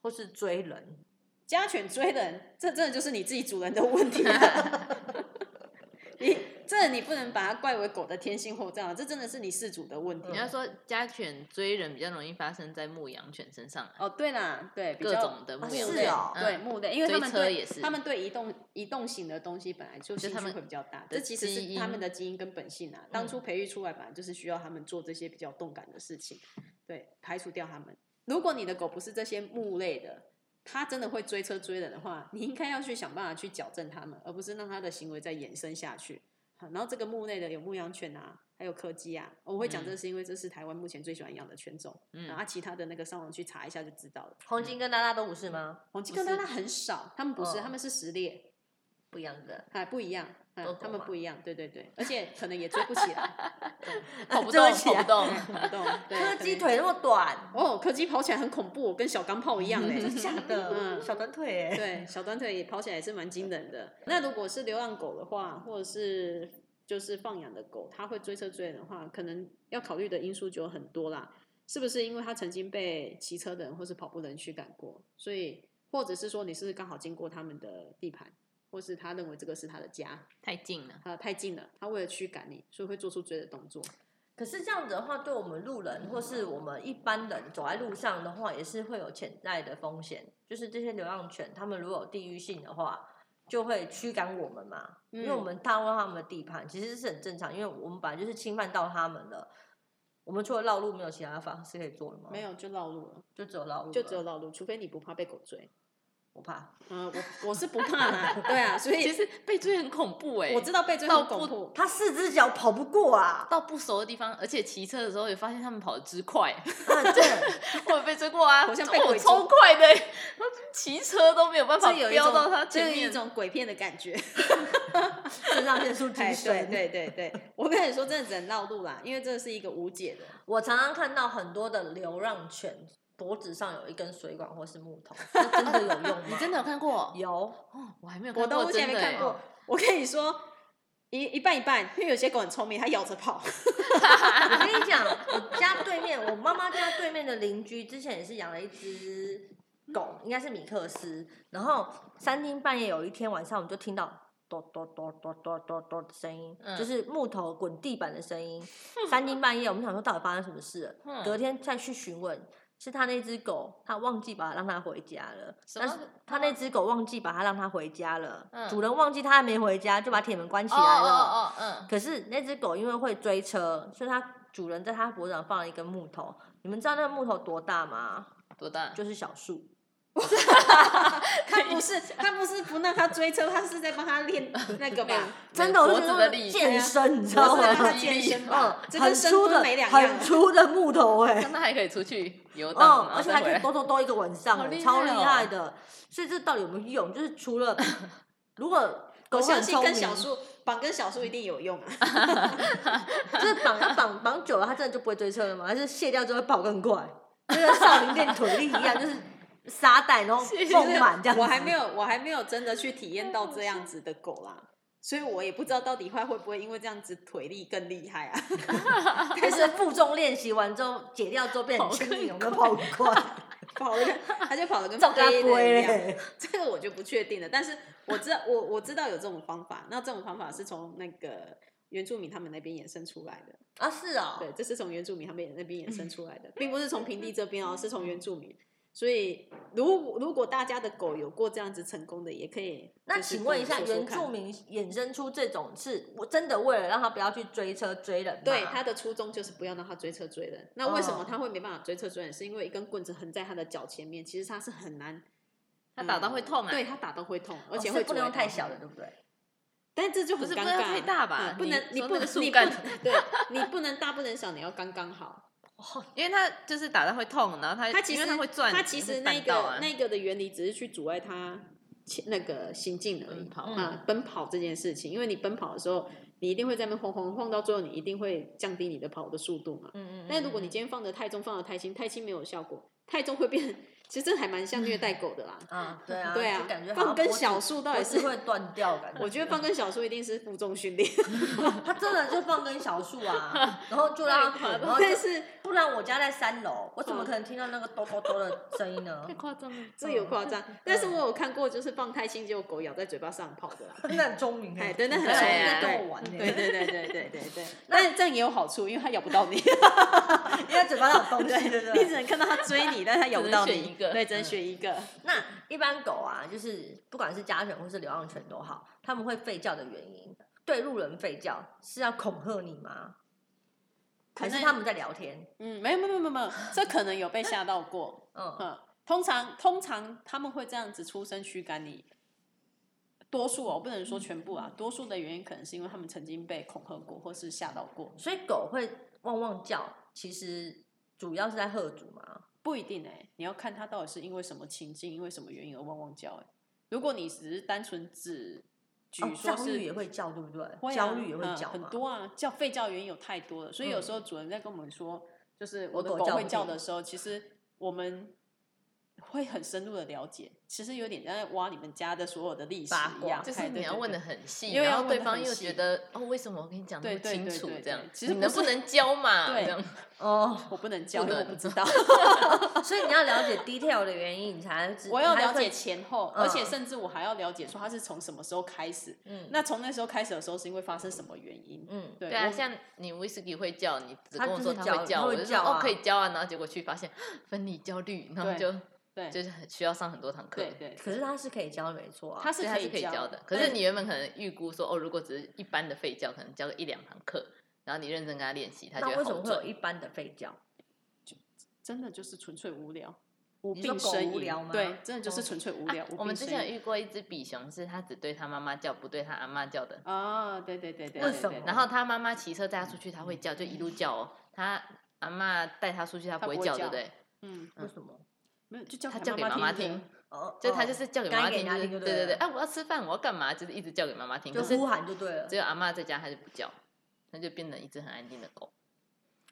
Speaker 1: 或是追人。
Speaker 3: 家犬追人，这真的就是你自己主人的问题、 啊。你这你不能把它怪为狗的天性或这样，这真的是你事主的问题。
Speaker 2: 你要说家犬追人比较容易发生在牧羊犬身上啊，
Speaker 3: 哦，对啦，对，比
Speaker 2: 各
Speaker 3: 较
Speaker 2: 种的
Speaker 1: 啊
Speaker 2: 牧
Speaker 1: 是
Speaker 2: 羊
Speaker 3: 木
Speaker 2: 犬
Speaker 3: 类，
Speaker 1: 哦
Speaker 2: 嗯
Speaker 3: 对木类，因为
Speaker 2: 追
Speaker 3: 他们
Speaker 2: 车
Speaker 3: 对
Speaker 2: 也是
Speaker 3: 他们对移动移动型的东西本来就
Speaker 2: 就
Speaker 3: 兴
Speaker 2: 他
Speaker 3: 趣
Speaker 2: 们
Speaker 3: 会比较大，
Speaker 2: 的
Speaker 3: 这其实
Speaker 2: 基
Speaker 3: 是
Speaker 2: 因嗯
Speaker 3: 他们的基因跟本性啊。当初培育出来本来就是需要他们做这些比较动感的事情，对，排除掉他们。如果你的狗不是这些木类的，它真的会追车追人的话，你应该要去想办法去矫正它们，而不是让它的行为再延伸下去。好然后这个牧类的有牧羊犬啊，还有柯基啊，我会
Speaker 2: 嗯
Speaker 3: 讲这是因为这是台湾目前最喜欢养的犬种，
Speaker 2: 嗯
Speaker 3: 然后啊其他的那个上网去查一下就知道了。
Speaker 1: 黄金跟拉拉都不是吗？
Speaker 3: 黄
Speaker 1: 不
Speaker 3: 金跟
Speaker 1: 是
Speaker 3: 拉拉很少，他们不
Speaker 1: 嗯
Speaker 3: 是，他们是实猎，
Speaker 1: 不一样的，
Speaker 3: 哎，不一样，哎
Speaker 1: 都懂，啊
Speaker 3: 他们
Speaker 1: 嘛
Speaker 3: 不一样，对对对，而且可能也追不 起来，
Speaker 2: 跑不
Speaker 1: 对
Speaker 2: 动，
Speaker 1: 不起
Speaker 2: 跑
Speaker 1: 啊
Speaker 2: 不动，
Speaker 3: 跑不动，对
Speaker 1: 柯基。
Speaker 3: 可能
Speaker 1: 腿那么短，
Speaker 3: 哦，柯基跑起来很恐怖，跟小钢炮一样 哎、
Speaker 1: 真的假 的？
Speaker 3: 嗯
Speaker 1: 小短腿哎、
Speaker 3: 对，小短腿也跑起来也是蛮惊人的。那如果是流浪狗的话，或者是就是放养的狗，它会追车追人的话，可能要考虑的因素就有很多啦。是不是因为它曾经被骑车的人或是跑步的人驱赶过，所以或者是说你是刚好经过他们的地盘，或是他认为这个是他的家，
Speaker 2: 太近 了。
Speaker 3: 他太近了，他为了驱赶你，所以会做出追的动作。
Speaker 1: 可是这样子的话，对我们路人或是我们一般人走在路上的话，也是会有潜在的风险。就是这些流浪犬，它们如果有地域性的话，就会驱赶我们嘛，
Speaker 3: 嗯
Speaker 1: 因为我们踏入到他们的地盘，其实是很正常，因为我们本来就是侵犯到他们了。我们除了绕路，没有其他方式可以做了吗？
Speaker 3: 嗯没，有就绕路了，
Speaker 1: 就只有绕路了，
Speaker 3: 就只有绕路，除非你不怕被狗追。
Speaker 1: 我怕
Speaker 3: 嗯、我我是不 怕啦，对啊，所
Speaker 2: 其
Speaker 3: 以
Speaker 2: 实被追很恐怖哎、
Speaker 3: 我知道被追
Speaker 2: 到
Speaker 3: 很
Speaker 2: 不
Speaker 3: 恐怖，
Speaker 1: 它四只脚跑不过啊！
Speaker 2: 到不熟的地方，而且骑车的时候也发现他们跑得之快，
Speaker 1: 啊，对，
Speaker 2: 我有被追过啊，
Speaker 3: 好像被
Speaker 2: 我
Speaker 3: 鬼追
Speaker 2: 超快的、欸， 骑车都没有办法
Speaker 3: 这有一
Speaker 2: 飙
Speaker 3: 种
Speaker 2: 到他
Speaker 3: 这
Speaker 2: 前
Speaker 3: 有一
Speaker 2: 面。
Speaker 3: 种鬼片的感觉。
Speaker 1: 肾上腺素提
Speaker 3: 哎，对
Speaker 1: 升。
Speaker 3: 对对对，我跟你说，真的只能绕路啦，因为这是一个无解的。
Speaker 1: 我常常看到很多的流浪犬脖子上有一根水管或是木 头，那真的有用吗？
Speaker 2: 你真的有看过？
Speaker 1: 有？
Speaker 2: 哦，我还没有
Speaker 3: 我
Speaker 2: 看
Speaker 3: 到
Speaker 2: 过
Speaker 3: 目前
Speaker 2: 真
Speaker 3: 没
Speaker 2: 的、
Speaker 3: 看
Speaker 2: 欸。
Speaker 3: 过。我跟你说，一一半一半，因为有些狗很聪明，它咬着 跑。
Speaker 1: 我跟你讲，我家对面，我妈妈家对面的邻居之前也是养了一只狗，应该是米克斯。然后三更半夜有一天晚上，我们就听到。哆哆哆哆哆哆哆的声音，
Speaker 2: 嗯
Speaker 1: 就是木头滚地板的声 音。三更半夜，我们想说到底发生什么事了？
Speaker 2: 嗯
Speaker 1: 隔天再去询问，是他那只狗，他忘记把它让它回家了。
Speaker 2: 什
Speaker 1: 但
Speaker 2: 么
Speaker 1: 是他那只狗忘记把它让它回家了，
Speaker 2: 嗯
Speaker 1: 主人忘记它还没回家，就把铁门关起
Speaker 2: 哦
Speaker 1: 来了。
Speaker 2: 哦哦，嗯，
Speaker 1: 可是那只狗因为会追车，所以它主人在它脖子上放了一根木头。你们知道那个木头多大吗？
Speaker 2: 多大？
Speaker 1: 就是小树。
Speaker 3: 它不是它不是不让它追车，它是在帮它 练那个吧。
Speaker 1: 真的，我
Speaker 2: 脖
Speaker 1: 就
Speaker 2: 子
Speaker 1: 觉得
Speaker 2: 的力
Speaker 3: 啊
Speaker 1: 健身，你知
Speaker 3: 我
Speaker 1: 道
Speaker 3: 是
Speaker 1: 吗
Speaker 3: 让？它
Speaker 2: 肌
Speaker 3: 健
Speaker 2: 力
Speaker 3: 身吧
Speaker 1: 嗯，，
Speaker 3: 这
Speaker 1: 很
Speaker 3: 跟深
Speaker 1: 粗
Speaker 3: 蹲
Speaker 1: 的
Speaker 3: 没两样啊
Speaker 1: 很。粗的木头 哎、
Speaker 2: 那还可以出去游
Speaker 1: 嗯
Speaker 3: 哦
Speaker 2: 荡，，
Speaker 1: 而
Speaker 2: 然后
Speaker 1: 且
Speaker 2: 再
Speaker 1: 还
Speaker 2: 回
Speaker 1: 可以
Speaker 2: 来。
Speaker 1: 多多多一个晚上、
Speaker 2: 好
Speaker 1: 哎
Speaker 2: 厉害
Speaker 1: 超厉
Speaker 2: 哦
Speaker 1: 害的。所以这到底有没有用？就是除 了如果狗很
Speaker 3: 我相信
Speaker 1: 聪
Speaker 3: 跟
Speaker 1: 明，
Speaker 3: 小树绑跟小树一定有用 啊。
Speaker 1: 就是绑它绑绑久了，它真的就不会追车了吗？还是卸掉之后会跑更快？就跟少林练腿力一样，就是沙袋然后
Speaker 3: 就是
Speaker 1: 丰满这样子。嗯
Speaker 3: 我还没有，我还没有真的去体验到这样子的狗啦，所以我也不知道到底会会不会因为这样子腿力更厉害啊？
Speaker 1: 但是负重练习完之后解掉之后变很轻盈，有没有跑很快？
Speaker 3: 跑的，它就跑得跟
Speaker 1: 照他
Speaker 3: 飞人
Speaker 1: 龟
Speaker 3: 一样。
Speaker 1: 嘞，
Speaker 3: 这个我就不确定了，但是我知道，我我知道有这种方法。那这种方法是从那个原住民他们那边衍生出来的，
Speaker 1: 啊是哦，
Speaker 3: 对，这是从原住民他们那边衍生出来的，并不是从平地这边哦，是从原住民。所以，如如果大家的狗有过这样子成功的，也可以就是跟我
Speaker 1: 那
Speaker 3: 们说说看。
Speaker 1: 请问一下，原住民衍生出这种是我真的为了让他不要去追车追人吗？
Speaker 3: 对，他的初衷就是不要让他追车追人。那为什么
Speaker 1: 哦
Speaker 3: 他会没办法追车追人？是因为一根棍子横在他的脚前面，其实他是很难，
Speaker 2: 他打到会痛啊！
Speaker 3: 对他打到会痛，而
Speaker 1: 哦
Speaker 3: 且
Speaker 1: 是
Speaker 3: 会、嗯
Speaker 1: 不能用太小的，。对不对？
Speaker 3: 但这就
Speaker 2: 不
Speaker 3: 很
Speaker 2: 是
Speaker 3: 尴
Speaker 2: 不能
Speaker 3: 尬，
Speaker 2: 太大吧
Speaker 3: 嗯不
Speaker 2: 你
Speaker 3: 能你
Speaker 2: 说
Speaker 3: 不
Speaker 2: 那个
Speaker 3: 能
Speaker 2: 树
Speaker 3: 你不
Speaker 2: 干
Speaker 3: 对，你不能大不能小，你要刚刚好。
Speaker 2: 因为它就是打到会痛，然后它
Speaker 3: 它其
Speaker 2: 因
Speaker 3: 实
Speaker 2: 为它会转，
Speaker 3: 它其
Speaker 2: 会
Speaker 3: 实
Speaker 2: 绊
Speaker 3: 那
Speaker 2: 到
Speaker 3: 个
Speaker 2: 啊、
Speaker 3: 那个的原理只是去阻碍它前那个行进而已
Speaker 2: 奔跑嗯
Speaker 3: 啊，奔跑这件事情，因为你奔跑的时候，你一定会在那边晃晃晃，到最后你一定会降低你的跑的速度嘛。
Speaker 1: 嗯嗯。
Speaker 3: 但如果你今天放的太重，放的太轻，太轻没有效果，太重会变， 其实这还蛮像虐待狗的啦。
Speaker 1: 啊，对
Speaker 2: 嗯
Speaker 1: 啊，
Speaker 3: 对啊
Speaker 1: 就感觉，好
Speaker 3: 放
Speaker 1: 像
Speaker 3: 跟
Speaker 1: 脖子
Speaker 3: 小树到
Speaker 1: 脖
Speaker 3: 底
Speaker 1: 子
Speaker 3: 是，
Speaker 1: 会断掉，感觉。
Speaker 3: 我觉得放跟小树一定是负重 训练，
Speaker 1: 他真的就放根小树啊， 然后就让他滚，然后就
Speaker 3: 但是
Speaker 1: 不然我家在三楼，我
Speaker 3: 嗯
Speaker 1: 怎么可能听到那个哆哆哆的声音呢？
Speaker 2: 夸张了，
Speaker 3: 这
Speaker 1: 哦
Speaker 3: 有夸张，但是我有看过就是放太轻，结果狗咬在嘴巴上跑的啦。
Speaker 1: 那很聪明欸
Speaker 3: 哎，真的很
Speaker 2: 对
Speaker 3: 聪明，
Speaker 1: 在
Speaker 2: 啊
Speaker 3: 对
Speaker 1: 跟我玩欸呢，
Speaker 3: 对对对对对对对，但是这样也有好处，因为它咬不到 你，
Speaker 1: 因为嘴巴上有东西，对不
Speaker 3: 你
Speaker 1: 对
Speaker 3: 只？能看到它追你，但是它咬不到
Speaker 2: 只能选
Speaker 3: 你
Speaker 2: 一。个
Speaker 3: 对，只能选一个。
Speaker 1: 那一般狗啊，就是不管是家犬或是流浪犬都好，他们会吠叫的原因，对路人吠叫是要恐吓你吗？还是
Speaker 3: 可能
Speaker 1: 他们在聊天？
Speaker 3: 嗯，没有没有没有没有，这可能有被吓到过。
Speaker 1: 嗯，
Speaker 3: 嗯，通常通常他们会这样子出声驱赶你。多数哦，我不能说全部啊，多数的原因可能是因为他们曾经被恐吓过，或是吓到过，
Speaker 1: 所以狗会汪汪叫，其实主要是在喝主嘛。
Speaker 3: 不一定哎、你要看它到底是因为什么情境，因为什么原因而汪汪叫哎、如果你只是单纯只举
Speaker 1: 哦，
Speaker 3: 说
Speaker 1: 焦
Speaker 3: 是
Speaker 1: 虑也会叫，对不对？
Speaker 3: 会啊
Speaker 1: 焦虑也会
Speaker 3: 嗯
Speaker 1: 叫
Speaker 3: 很
Speaker 1: 嘛。
Speaker 3: 多啊，叫吠叫原因有太多了，所以有
Speaker 1: 嗯
Speaker 3: 时候主人在跟我们说，就是
Speaker 1: 我
Speaker 3: 我的
Speaker 1: 狗
Speaker 3: 狗
Speaker 1: 叫
Speaker 3: 会
Speaker 1: 不
Speaker 3: 叫
Speaker 1: 停
Speaker 3: 的时候，其实我们会很深入的了解，其实有点在挖你们家的所有的历史
Speaker 1: 八
Speaker 3: 一
Speaker 1: 卦
Speaker 3: 样，
Speaker 2: 就是
Speaker 3: 哎
Speaker 2: 你
Speaker 3: 对
Speaker 2: 要
Speaker 3: 对
Speaker 2: 问的
Speaker 3: 对
Speaker 2: 很细，
Speaker 3: 因为
Speaker 2: 然后
Speaker 3: 要问
Speaker 2: 对
Speaker 3: 得
Speaker 2: 方
Speaker 3: 很
Speaker 2: 又
Speaker 3: 细
Speaker 2: 觉得哦，为什么我跟你讲那
Speaker 3: 对
Speaker 2: 么
Speaker 3: 对
Speaker 2: 清
Speaker 3: 对
Speaker 2: 楚
Speaker 3: 对
Speaker 2: 这样
Speaker 3: 对？其实
Speaker 2: 你
Speaker 3: 不
Speaker 2: 能不
Speaker 3: 是
Speaker 2: 能教嘛？
Speaker 3: 对
Speaker 2: 这样
Speaker 1: 哦，
Speaker 3: 我不能叫，因为我
Speaker 2: 能
Speaker 3: 不知 道，
Speaker 1: 所以你要了解 detail 的原因，你才知
Speaker 3: 我要
Speaker 1: 才
Speaker 3: 了
Speaker 1: 会
Speaker 3: 解前后，而且
Speaker 1: 嗯
Speaker 3: 甚至我还要了解说它是从什么时候开始，
Speaker 1: 嗯
Speaker 3: 那从那时候开始的时候是因为发生什么原因？
Speaker 1: 嗯，
Speaker 3: 对
Speaker 2: 对啊，
Speaker 3: 我
Speaker 2: 像你 whisky 会叫，你只
Speaker 1: 他
Speaker 2: 跟我
Speaker 1: 就
Speaker 2: 说
Speaker 1: 是
Speaker 2: 他
Speaker 1: 叫
Speaker 2: 会叫，
Speaker 1: 他会
Speaker 2: 我就说
Speaker 1: 叫啊
Speaker 2: 哦可以教啊，然后结果去发现分离焦虑，然后
Speaker 3: 对
Speaker 2: 就
Speaker 3: 对
Speaker 2: 就是很需要上很多堂课
Speaker 3: 对。对，
Speaker 1: 可是它是可以教的，没错啊。
Speaker 3: 它
Speaker 2: 所以
Speaker 3: 是
Speaker 2: 它是可以
Speaker 3: 教
Speaker 2: 教的，可
Speaker 3: 但
Speaker 2: 是你原本可能预估说，哦，如果只是一般的吠叫，可能教个一两堂课，然后你认真跟他练习，他就
Speaker 1: 那
Speaker 2: 会
Speaker 1: 为
Speaker 2: 好
Speaker 1: 什么会有
Speaker 2: 转。
Speaker 1: 一般的吠叫？
Speaker 3: 真的就是纯粹无聊，无
Speaker 1: 你说
Speaker 3: 病
Speaker 1: 狗
Speaker 3: 呻
Speaker 1: 无
Speaker 3: 吟
Speaker 1: 聊吗
Speaker 3: 对，真的就是
Speaker 1: 哦
Speaker 3: 纯粹无
Speaker 2: 啊
Speaker 3: 聊。无
Speaker 2: 我们
Speaker 3: 病
Speaker 2: 之
Speaker 3: 呻
Speaker 2: 前
Speaker 3: 吟
Speaker 2: 有遇过一只比熊，是它只对它妈妈叫，不对它阿妈叫的。
Speaker 3: 啊，对对对对，
Speaker 1: 为
Speaker 3: 对
Speaker 1: 什
Speaker 3: 对
Speaker 1: 么
Speaker 2: 然后它妈妈骑车带它出去，它会叫，就一路叫哦。它阿妈带它出去，它
Speaker 3: 它
Speaker 2: 不会
Speaker 3: 不会
Speaker 2: 叫，对
Speaker 3: 叫
Speaker 2: 不对？
Speaker 3: 嗯，
Speaker 1: 为什么？
Speaker 3: 没有就叫
Speaker 2: 它叫给
Speaker 3: 妈
Speaker 2: 妈妈
Speaker 3: 听的，
Speaker 1: 哦，
Speaker 2: 就它
Speaker 1: 哦
Speaker 2: 就是叫给
Speaker 1: 该
Speaker 2: 妈妈
Speaker 1: 给
Speaker 2: 听，
Speaker 1: 她
Speaker 2: 就是
Speaker 1: 听就
Speaker 2: 对
Speaker 1: 对
Speaker 2: 对对，
Speaker 1: 了
Speaker 2: 哎，我要吃饭，我要干嘛，就是一直叫给妈妈听。
Speaker 1: 就
Speaker 2: 可是
Speaker 1: 呼喊就对了
Speaker 2: 只。有阿妈在家，它就不叫，它就变成一只很安静的狗。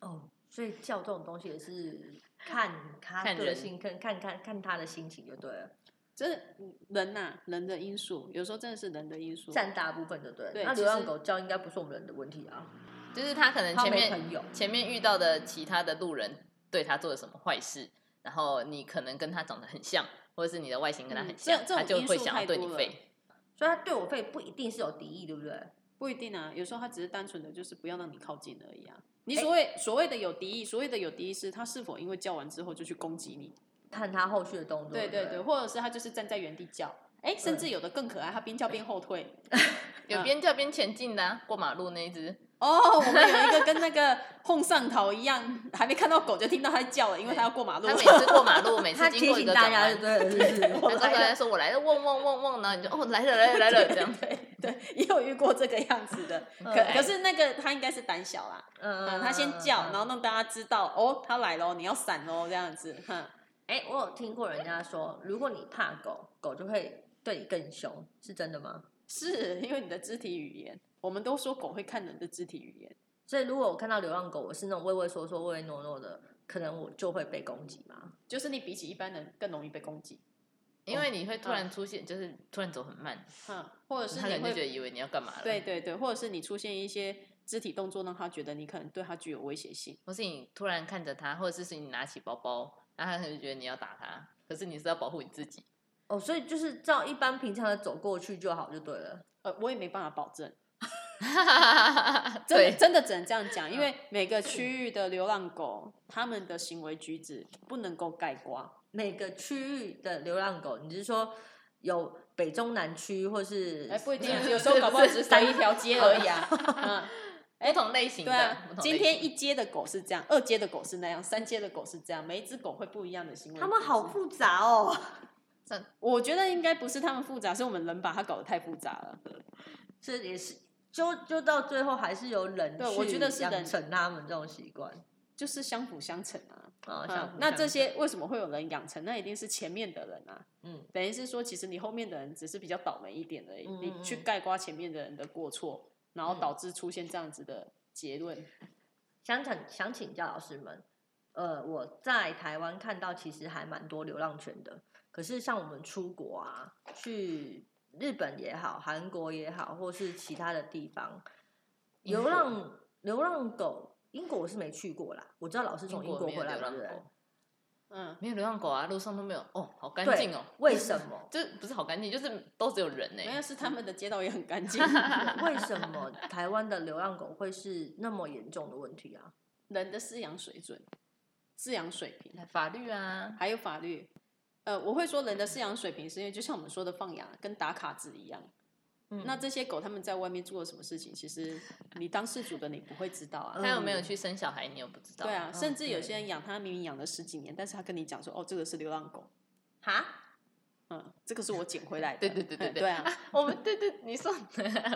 Speaker 1: 哦，所以叫这种东西也是看它
Speaker 2: 看
Speaker 1: 个
Speaker 2: 人
Speaker 1: 性，看看看看它的心情就对了，
Speaker 3: 真的嗯人呐，人的因素，有时候真的是人的因素。
Speaker 1: 占大部分就对了。
Speaker 3: 对
Speaker 1: 那
Speaker 3: 其
Speaker 1: 流浪
Speaker 3: 实
Speaker 1: 狗叫应该不是我们人的问题啊，
Speaker 2: 就是他可能
Speaker 1: 它
Speaker 2: 前
Speaker 1: 没
Speaker 2: 面
Speaker 1: 朋友。
Speaker 2: 前面遇到的其他的路人对他做了什么坏事，然后你可能跟他长得很像，或者是你的外形跟他很
Speaker 3: 嗯
Speaker 2: 像，
Speaker 3: 这这
Speaker 2: 他
Speaker 3: 种
Speaker 2: 就
Speaker 3: 因
Speaker 2: 会
Speaker 3: 素
Speaker 2: 想
Speaker 3: 太
Speaker 2: 要对
Speaker 3: 多
Speaker 2: 你
Speaker 3: 了，
Speaker 2: 吠。
Speaker 1: 所以它对我吠不一定是有敌意，对不对？
Speaker 3: 不一定啊，有时候他只是单纯的就是不要让你靠近而已啊。你所谓所谓的有敌意，所谓的有敌意是他是否因为叫完之后就去攻击你，
Speaker 1: 看它后续的动作。
Speaker 3: 对
Speaker 1: 对
Speaker 3: 对
Speaker 1: 不
Speaker 3: 对，，或者是他就是站在原地叫，哎，甚至有的更可爱，他边叫边后退。嗯
Speaker 2: 有边叫边前进的、啊，过马路那一只，
Speaker 3: 哦，我们有一个跟那个哄上头一样，还没看到狗就听到它叫了，因为它要过马路
Speaker 2: 他。每次过马路，每
Speaker 1: 它
Speaker 2: 次经
Speaker 1: 提
Speaker 2: 过一
Speaker 1: 醒
Speaker 2: 个
Speaker 1: 大
Speaker 2: 转
Speaker 1: 家就
Speaker 2: 弯，
Speaker 1: 对了，是不是？嗯
Speaker 2: 他就过来说我来了，嗡嗡嗡嗡，然后你就哦来了来了来了这样。 哎
Speaker 3: 对 对，也有遇过这个样子的，可
Speaker 1: 嗯
Speaker 3: 可是那个它应该是胆小啦，嗯，
Speaker 1: 嗯
Speaker 3: 它先叫，然
Speaker 1: 后
Speaker 3: 后让大家知道哦，它来喽，你要闪喽，这样子，哼，
Speaker 1: 哎、我有听过人家说，如果你怕狗，狗就会对你更凶，是真的吗？
Speaker 3: 是因为你的肢体语言，我们都说狗会看人的肢体语言，
Speaker 1: 所以如果我看到流浪狗，我是那种畏畏缩缩、唯唯诺诺的，可能我就会被攻击嘛。
Speaker 3: 就是你比起一般人更容易被攻击，
Speaker 2: 因为你会突然出现，就是突然走很慢，
Speaker 3: 哼，或者是
Speaker 2: 他可
Speaker 3: 你
Speaker 2: 能就觉得
Speaker 3: 会，
Speaker 2: 以为你要干嘛了。
Speaker 3: 对，对对，或者是你出现一些肢体动作，让它觉得你可能对它具有威胁性。
Speaker 2: 或是你突然看着他，或者是是你拿起包包，然后他可能就觉得你要打他，可是你是要保护你自 己。
Speaker 1: 哦，所以就是照一般平常的走过去就好，就对了。
Speaker 3: 呃，我也没办法保证，真
Speaker 2: 对
Speaker 3: 的，真的只能这样讲，因为每个区域的流浪狗，它们的行为举止不能够概括。
Speaker 1: 每个区域的流浪狗，你是说有北中南区，或是
Speaker 3: 哎，不一定啊，
Speaker 2: 是
Speaker 3: 有时候搞不好只是隔
Speaker 2: 是
Speaker 3: 一条街而已 啊。嗯，
Speaker 2: 不哎同类型
Speaker 3: 对
Speaker 2: 的
Speaker 3: 啊，，
Speaker 2: 不同类
Speaker 3: 今
Speaker 2: 型
Speaker 3: 天一街的狗是这样，二街的狗是那样，三街的狗是这样，每一只狗会不一样的行为。
Speaker 1: 他们好，复杂哦。
Speaker 3: 我觉得应该不是它们复杂，是我们人把它搞得太复杂了。
Speaker 1: 这也是就就到最后还是有人
Speaker 3: 对我
Speaker 1: 去
Speaker 3: 觉得是
Speaker 1: 养
Speaker 3: 人
Speaker 1: 成他们这种习惯
Speaker 3: 就是相辅相成啊。
Speaker 1: 啊。
Speaker 3: 嗯
Speaker 1: 像
Speaker 3: 那这些为什么会有人养成？那一定是前面的人啊，
Speaker 1: 嗯，
Speaker 3: 等于是说，其实你后面的人只是比较倒霉一点而已，
Speaker 1: 嗯嗯
Speaker 3: 你去盖瓜前面的人的过错，然后
Speaker 1: 嗯
Speaker 3: 导致出现这样子的结论。
Speaker 1: 想请想请教老师们，呃，我在台湾看到其实还蛮多流浪犬的，可是像我们出国啊，去日本也好，韩国也好，或是其他的地方，
Speaker 2: 英
Speaker 1: 流
Speaker 2: 国
Speaker 1: 浪流浪狗，英国我是没去过啦，我知道老师从英
Speaker 2: 国
Speaker 1: 国
Speaker 2: 没有
Speaker 1: 回来
Speaker 2: 流
Speaker 1: 嘛，
Speaker 2: 浪
Speaker 1: 对不对
Speaker 2: 狗？
Speaker 3: 嗯，
Speaker 2: 没有流浪狗啊，路上都没有哦，好干
Speaker 1: 对
Speaker 2: 净哦。
Speaker 1: 为什么？
Speaker 2: 这不是好干净，就是都只有人呢、
Speaker 3: 没有是他们的街道也很干净，
Speaker 1: 为什么 台湾的流浪狗会是那么严重的问题啊？
Speaker 3: 人的饲养水准、饲养水平，
Speaker 2: 法律啊，
Speaker 3: 还有法律。呃，我会说人的饲养水平，是因为就像我们说的放养啊跟打卡制一样。
Speaker 1: 嗯
Speaker 3: 那这些狗他们在外面做了什么事情，其实你当事主的你不会知道啊。
Speaker 2: 他有没有
Speaker 1: 嗯
Speaker 2: 去生小孩，你又不知道。
Speaker 3: 对啊，
Speaker 1: 嗯
Speaker 3: 甚至有些
Speaker 1: 对
Speaker 3: 人养它明明养了十几年，但是他跟你讲说，哦，这个是流浪狗，
Speaker 1: 哈，
Speaker 3: 嗯，这个是我捡回来的。
Speaker 2: 对对对对
Speaker 3: 嗯对啊，
Speaker 2: 我们对对，你说，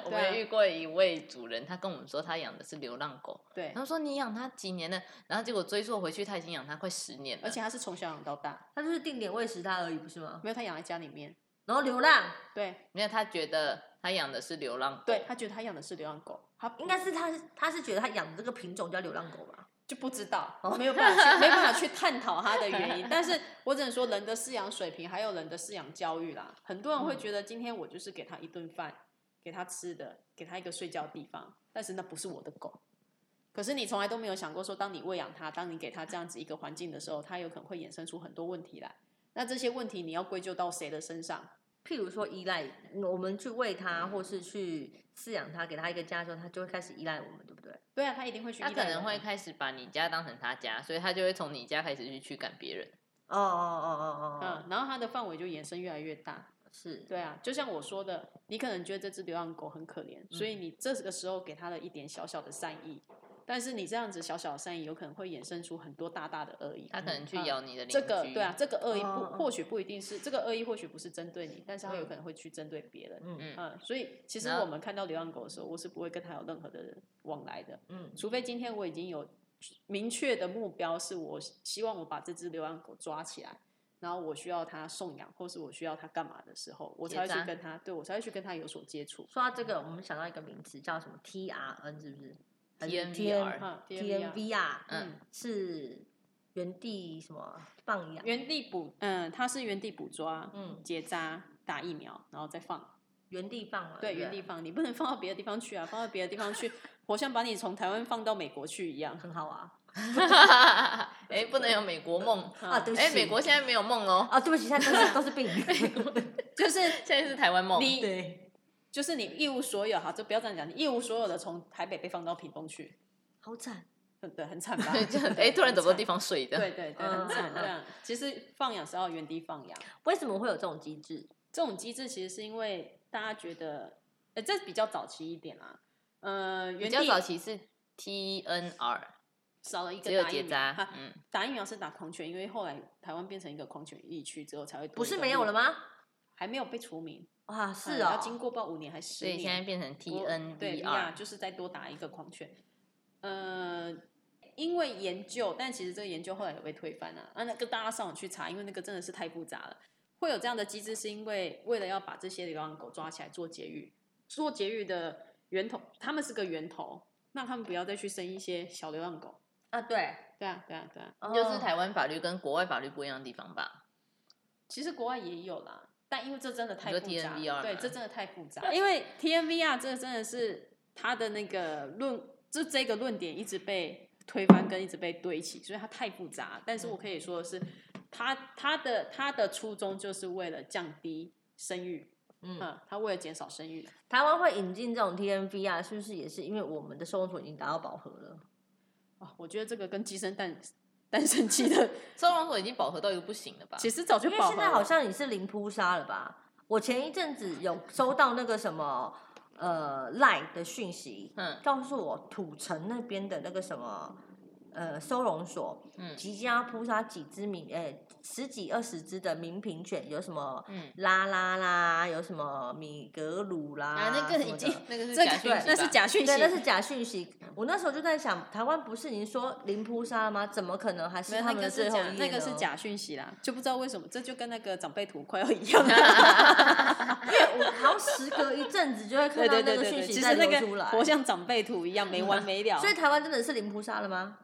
Speaker 2: 我们也遇过一位主人，他跟我们说他养的是流浪狗，
Speaker 3: 对
Speaker 2: 然，后说你养它几年了，然后结果追溯回去，他已经养它快十年了，
Speaker 3: 而且它是从小养到大，
Speaker 1: 它就是定点喂食它而已，不是吗？
Speaker 3: 没有它养在家里面。
Speaker 1: 然后流浪，
Speaker 3: 对
Speaker 2: 没有他觉得他养的是流浪狗，
Speaker 3: 对，他觉得他养的是流浪狗，他
Speaker 1: 应该是它是它是觉得它养的这个品种叫流浪狗吧？
Speaker 3: 就不知道，
Speaker 2: 哦
Speaker 3: 没有 办法去没办法去探讨它的原因。但是我只能说，人的饲养水平还有人的饲养教育啦，很多人
Speaker 2: 嗯
Speaker 3: 会觉得今天我就是给他一顿饭，给他吃的，给他一个睡觉的地方，但是那不是我的狗。可是你从来都没有想过说，当你喂养它，当你给它这样子一个环境的时候，它有可能会衍生出很多问题来。那这些问题你要归咎到谁的身上？
Speaker 1: 譬如说依赖，嗯我们去喂它，或是去饲养它，给它一个家之后，它就会开始依赖我们，对不对？
Speaker 3: 对啊，它一定会去依赖
Speaker 2: 他
Speaker 3: 人
Speaker 2: 可
Speaker 3: 啊。
Speaker 2: 能会开始把你家当成他家，所以他就会从你家开始去驱赶别人。
Speaker 1: 哦哦哦哦哦，
Speaker 3: 嗯，然后它的范围就延伸越来越大。
Speaker 1: 是，
Speaker 3: 对啊，就像我说的，你可能觉得这只流浪狗很可怜，所以
Speaker 2: 嗯
Speaker 3: 你这个时候给它了一点小小的善意，但是你这样子小小的善意，有可能会衍生出很多大大的恶意。
Speaker 2: 他可能去
Speaker 3: 嗯
Speaker 2: 咬你的邻居，
Speaker 3: 这个对啊，，这个恶意不、
Speaker 1: 哦哦
Speaker 3: 或许不一定是这个恶意，或许不是针对你，但是它有
Speaker 1: 嗯
Speaker 3: 可能会去针对别人。
Speaker 1: 嗯
Speaker 2: 嗯
Speaker 3: 嗯，所以其实
Speaker 2: 然后
Speaker 3: 我们看到流浪狗的时候，我是不会跟它有任何的往来的，
Speaker 1: 嗯
Speaker 3: 除非今天我已经有明确的目标，是我希望我把这只流浪狗抓起来，然后我需要它送养，或是我需要它干嘛的时候，我才会
Speaker 2: 结扎
Speaker 3: 去跟它，对我才会去跟它有所接触。
Speaker 1: 说到这个，我们想到一个名词叫什么 TRN，是不是
Speaker 2: TNVR
Speaker 3: 啊
Speaker 1: TNVR，
Speaker 2: 嗯，
Speaker 1: 是原地什么放养？
Speaker 3: 原地 捕，嗯，它是原地捕抓、
Speaker 1: 嗯，
Speaker 3: 结扎、打疫苗，然后再放。
Speaker 1: 原地放嘛，
Speaker 3: 对，
Speaker 1: 不
Speaker 3: 原地放，你不能放到别的地方去啊！放到别的地方去，我像把你从台湾放到美国去一样。
Speaker 1: 很好啊
Speaker 2: 哎、不能有美
Speaker 3: 嗯
Speaker 2: 国梦。
Speaker 1: 啊！对不
Speaker 2: 哎、
Speaker 1: 起，
Speaker 2: 美国现在没有梦哦，
Speaker 1: 啊，对不起，现在都是都是病，
Speaker 3: 就是
Speaker 2: 现在是台湾梦。？
Speaker 3: 你
Speaker 1: 对，
Speaker 3: 就是你一无所有，哈，就不要这样讲，你一无所有的从台北被放到屏东去，
Speaker 1: 好惨，
Speaker 3: 很对，很惨吧
Speaker 2: 就很哎、突然找不到地
Speaker 3: 方，
Speaker 2: 方睡的。
Speaker 3: 对对对，
Speaker 1: 嗯
Speaker 3: 很惨。
Speaker 1: 嗯
Speaker 3: 这样，其实放养是要原地放养，
Speaker 1: 为什么会有这种机制？
Speaker 3: 这种机制其实是因为大家觉得，呃，这比较早期一点啦，呃，
Speaker 2: 比
Speaker 3: 原
Speaker 2: 较
Speaker 3: 地
Speaker 2: 早期是 TNR，
Speaker 3: 少了一个
Speaker 2: 只有
Speaker 3: 打疫
Speaker 2: 结
Speaker 3: 苗
Speaker 2: 扎
Speaker 3: 哈。
Speaker 2: 嗯，
Speaker 3: 打疫苗是打狂犬，因为后来台湾变成一个狂犬疫区之后才会
Speaker 1: 不是没有了
Speaker 3: 吗？
Speaker 1: 吗？
Speaker 3: 还没有被除名，
Speaker 1: 啊，是
Speaker 3: 嗯
Speaker 1: 啊、
Speaker 3: 要经过报五年还是
Speaker 2: 所
Speaker 3: 十
Speaker 2: 以哦现在
Speaker 3: 年
Speaker 2: 变成
Speaker 3: 我对
Speaker 2: TNVR。
Speaker 3: 就是再多打一个狂犬。呃，因为研究，但其实这个研究后来有被推翻了、啊。那个大家上网去查，因为那个真的是太复杂了。会有这样的机制，是因为为了要把这些流浪狗抓起来做节育，做节育的源头，他们是个源头，让他们不要再去生一些小流浪狗。
Speaker 1: 啊，对，哦
Speaker 3: 对啊，对啊，对啊。
Speaker 2: 就是台湾法律跟国外法律不一样的地方吧？
Speaker 3: 其实国外也有啦，但因为这真的太
Speaker 2: 你说
Speaker 3: 复杂，
Speaker 2: TNVR
Speaker 3: 对，
Speaker 2: 吗
Speaker 3: 这真的太复杂。因为 TNVR 这个真的是他的那个论，就这个论点一直被推翻跟一直被堆起，所以它太复杂。但是我可以说的是，他他的他的初衷就是为了降低生育，
Speaker 1: 嗯
Speaker 3: 嗯，他为了减少生育。
Speaker 1: 台湾会引进这种 TNV 啊，是不是也是因为我们的收容所已经达到饱和了？
Speaker 3: 哇，我觉得这个跟鸡生蛋蛋生鸡的，
Speaker 2: 收容所已经饱和到一个不行了吧？
Speaker 3: 其实早就
Speaker 1: 因为
Speaker 3: 饱
Speaker 1: 现
Speaker 3: 和
Speaker 1: 在好
Speaker 3: 了。
Speaker 1: 像也是零扑杀了吧？我前一阵子有收到那个什么呃赖的讯息，
Speaker 2: 嗯，
Speaker 1: 告诉我土城那边的那个什么呃收容所
Speaker 2: 嗯
Speaker 1: 即将要扑杀几只名呃十几二十只的名品犬，有什么
Speaker 2: 嗯，
Speaker 1: 拉拉啦，有什么米格鲁啦，
Speaker 3: 啊那个
Speaker 1: 什
Speaker 3: 已
Speaker 1: 么的
Speaker 3: 经
Speaker 2: 那个是
Speaker 3: 这个
Speaker 2: 假讯
Speaker 1: 对
Speaker 2: 息吧，
Speaker 3: 那是假讯息
Speaker 1: 对，，那是假讯息。我那时候就在想，台湾不是您说零扑杀了吗？怎么可能还
Speaker 3: 没
Speaker 1: 是
Speaker 3: 有
Speaker 1: 他
Speaker 3: 那
Speaker 1: 们
Speaker 3: 个
Speaker 1: 的
Speaker 3: 是
Speaker 1: 最后一
Speaker 3: 假，
Speaker 1: 页
Speaker 3: 那个是
Speaker 1: 呢？
Speaker 3: 假讯息啦，就不知道为什么，这就跟那个长辈图快 要一样啊。
Speaker 1: 因为 我好像时隔一阵子就会看
Speaker 3: 对
Speaker 1: 到
Speaker 3: 对
Speaker 1: 那
Speaker 3: 对
Speaker 1: 个
Speaker 3: 对
Speaker 1: 讯
Speaker 3: 对，
Speaker 1: 息
Speaker 3: 其
Speaker 1: 再
Speaker 3: 实那
Speaker 1: 流出
Speaker 3: 个
Speaker 1: 来，
Speaker 3: 活像长辈图一样没完没了。
Speaker 1: 所以台湾真的是零扑杀了吗？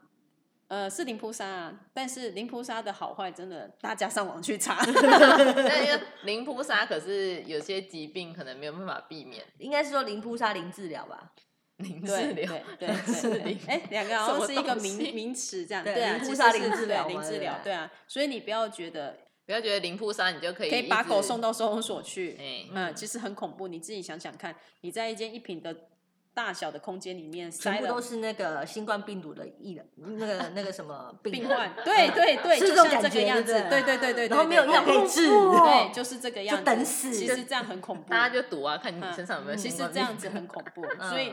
Speaker 3: 呃，是零扑杀啊，但是零扑杀的好坏真的大家上网 去查。
Speaker 2: 但因为零扑杀，可是有些疾病可能没有办法避免。
Speaker 1: 应该是说零扑杀零治疗吧？
Speaker 2: 零
Speaker 3: 对
Speaker 2: 治
Speaker 3: 对
Speaker 2: 疗，
Speaker 3: 对对，哎，两个好像是一
Speaker 2: 什
Speaker 3: 个
Speaker 2: 么东西
Speaker 3: 名名词这样，
Speaker 1: 对
Speaker 3: 对啊，
Speaker 1: 零
Speaker 3: 其
Speaker 1: 扑
Speaker 3: 实
Speaker 1: 杀
Speaker 3: 是
Speaker 1: 零治疗嘛
Speaker 3: 对零治
Speaker 1: 对不
Speaker 3: 疗，
Speaker 1: 对
Speaker 3: 对啊，所以你不要觉得
Speaker 2: 不要觉得零扑杀你就可以可
Speaker 3: 可以把狗送到收容所去，
Speaker 2: 哎
Speaker 3: 嗯，其实很恐怖，你自己想想看，你在一间一平的大小的空间里面塞
Speaker 1: 全部都
Speaker 3: 了。
Speaker 1: 是那个新冠病毒的疫人，那个那个什 么病
Speaker 3: 病
Speaker 1: 人
Speaker 3: 患，对对对，
Speaker 1: 是
Speaker 3: 就
Speaker 1: 这种
Speaker 3: 像
Speaker 1: 感
Speaker 3: 这个
Speaker 1: 觉
Speaker 3: 样
Speaker 1: 对
Speaker 3: 子
Speaker 1: 不，对
Speaker 3: 对对对对，
Speaker 1: 然后
Speaker 3: 对
Speaker 1: 没有
Speaker 3: 对
Speaker 1: 药可以
Speaker 3: 对
Speaker 1: 治，
Speaker 3: 对，就是这个样子，
Speaker 1: 哦等死
Speaker 3: 其实这样很恐怖，
Speaker 2: 大家就赌啊，看你
Speaker 3: 嗯
Speaker 2: 身上有没有
Speaker 3: 其
Speaker 2: 新
Speaker 3: 实
Speaker 2: 冠
Speaker 3: 这样
Speaker 2: 病
Speaker 3: 子很恐怖，
Speaker 1: 嗯
Speaker 3: 所以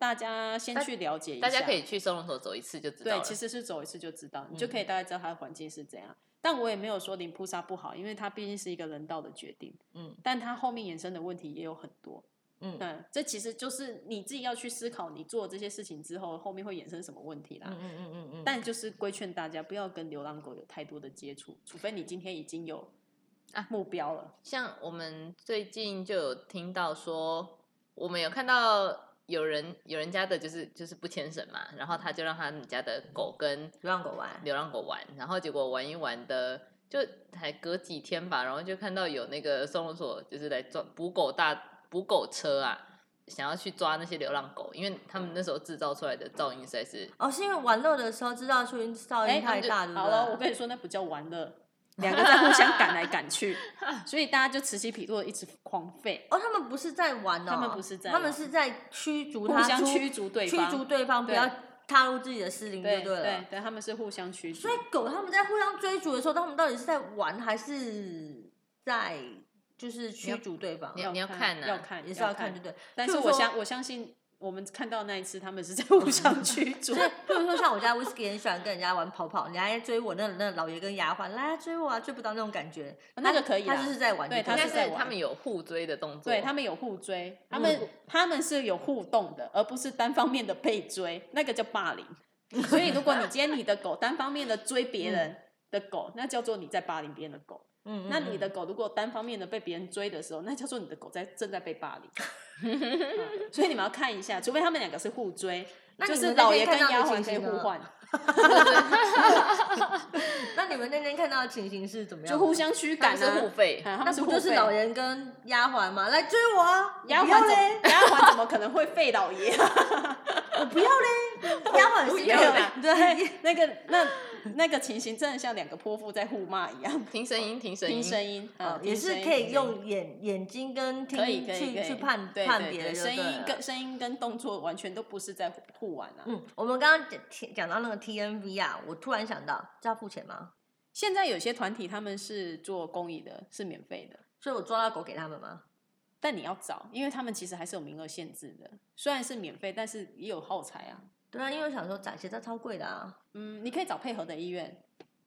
Speaker 3: 大家先去了解一下。
Speaker 2: 大家可以去收容所走一次就知道
Speaker 3: 对，
Speaker 2: 了。
Speaker 3: 其实是走一次就知道，你就可以大概知道它的环境是怎样。但我也没有说零扑杀不好，因为它毕竟是一个人道的决定，
Speaker 1: 嗯
Speaker 3: 但它后面衍生的问题也有很多。
Speaker 1: 嗯嗯
Speaker 3: 那这其实就是你自己要去思考，你做这些事情之后，后面会衍生什么问题
Speaker 2: 啊
Speaker 3: 啦。
Speaker 1: 嗯嗯嗯嗯，
Speaker 3: 但就是规劝大家不要跟流浪狗有太多的接触，除非你今天已经有
Speaker 2: 啊
Speaker 3: 目标了。
Speaker 2: 像我们最近就有听到说，我们有看到有人有人家的就是就是不牵绳嘛，然后他就让他们家的狗跟
Speaker 1: 流浪狗玩，
Speaker 2: 流浪狗玩，然后结果玩一玩的，就才隔几天吧，然后就看到有那个收容所就是来抓捕狗大捕狗车啊，想要去抓那些流浪狗，因为他们那时候制造出来的噪音实在是
Speaker 1: 哦，是因为玩乐的时候知道噪音噪
Speaker 3: 哎
Speaker 1: 音太大，对不
Speaker 3: 好了，我
Speaker 1: 对？
Speaker 3: 跟你说，那不叫玩 乐，两个在互相赶来赶去，所以大家就此起彼落，一直狂吠，
Speaker 1: 哦，他们不是在玩哦，
Speaker 3: 他们不是在
Speaker 1: 他
Speaker 3: 玩
Speaker 1: 们是在驱逐
Speaker 3: 互
Speaker 1: 他
Speaker 3: 相
Speaker 1: 出
Speaker 3: 驱逐对
Speaker 1: 驱
Speaker 3: 方。
Speaker 1: 逐对方，不
Speaker 3: 对
Speaker 1: 要踏入自己的私领就
Speaker 3: 对
Speaker 1: 了。
Speaker 3: 对对，他们是互相驱逐
Speaker 1: 所。以狗他们在互相追逐的时候，他们到底是在玩还是在就是驱逐对方
Speaker 2: 你？要
Speaker 3: 要
Speaker 2: 看啊
Speaker 3: 要看，
Speaker 1: 也是要看，对不。对？
Speaker 3: 但
Speaker 1: 譬
Speaker 3: 是
Speaker 1: 如
Speaker 3: 我
Speaker 1: 说
Speaker 3: 相我相信，我们看到那一次，他们是在互相驱 逐。
Speaker 1: 所以，譬如说像我家 Whisky 很喜欢跟人家玩跑跑，人家在追我，那那老爷跟丫鬟来追我啊，追不到那种感觉，
Speaker 3: 啊那个可以
Speaker 1: 他
Speaker 3: 啦
Speaker 1: 就是在玩就
Speaker 3: 对
Speaker 1: 了，
Speaker 3: 他
Speaker 2: 应该
Speaker 3: 是在
Speaker 2: 是
Speaker 3: 玩
Speaker 2: 他们有互追的动作，
Speaker 3: 对他们有互追，他们、
Speaker 1: 嗯
Speaker 3: 他们是有互动的，而不是单方面的被追，那个叫霸凌。所以，如果你今天你的狗单方面的追别人的狗，那叫做你在霸凌别人的狗。
Speaker 1: 嗯嗯，嗯
Speaker 3: 那你
Speaker 1: 嗯
Speaker 3: 的狗如果单方面的被别人追的时候，那叫做你的狗在正在被霸凌。嗯所以你们要看一下，除非他们两个是互追，
Speaker 1: 那
Speaker 3: 就
Speaker 1: 你
Speaker 3: 是
Speaker 1: 们那
Speaker 3: 老
Speaker 1: 边
Speaker 3: 爷跟
Speaker 1: 看到
Speaker 3: 丫
Speaker 1: 的
Speaker 3: 鬟
Speaker 1: 情
Speaker 3: 可以
Speaker 1: 形啊
Speaker 3: 互
Speaker 1: 呢
Speaker 3: 换，
Speaker 1: 那你们那天看到的情形是怎么样
Speaker 3: 就
Speaker 1: 的？
Speaker 3: 互相驱
Speaker 2: 他
Speaker 3: 赶
Speaker 2: 们是
Speaker 3: 啊
Speaker 2: 互。吠，
Speaker 3: 啊
Speaker 1: 那
Speaker 3: 他们
Speaker 1: 不
Speaker 3: 互
Speaker 1: 就是
Speaker 3: 吠
Speaker 1: 老人跟丫鬟吗？来追我啊！
Speaker 3: 丫
Speaker 1: 我不要
Speaker 3: 鬟怎
Speaker 1: 嘞
Speaker 3: 么，丫鬟怎么可能会吠老爷？
Speaker 1: 我不要 嘞，丫鬟是
Speaker 3: 没有啦，
Speaker 1: 对，
Speaker 3: 那个那那个情形真的像两个泼妇在互骂一样，
Speaker 2: 听声音，听声音，
Speaker 3: 听声音，
Speaker 1: 哦
Speaker 3: 嗯，
Speaker 1: 也是
Speaker 3: 听声音
Speaker 1: 可以用眼眼睛跟听
Speaker 3: 可以可以可
Speaker 1: 去
Speaker 3: 以
Speaker 1: 去判
Speaker 3: 对
Speaker 1: 判
Speaker 3: 对
Speaker 1: 别
Speaker 3: 对
Speaker 1: 的就对
Speaker 3: 声音
Speaker 1: 了
Speaker 3: 跟声音跟动作完全都不是在互互玩啊。
Speaker 1: 嗯，我们刚刚讲讲到那个 TNV 啊，我突然想到，这要付钱吗？
Speaker 3: 现在有些团体他们是做公益的，是免费的，
Speaker 1: 所以我抓到狗给他们吗？
Speaker 3: 但你要找，因为他们其实还是有名额限制的。虽然是免费，但是也有耗材啊。
Speaker 1: 对啊，因为我想说展现在超贵的啊。
Speaker 3: 嗯，你可以找配合的医院，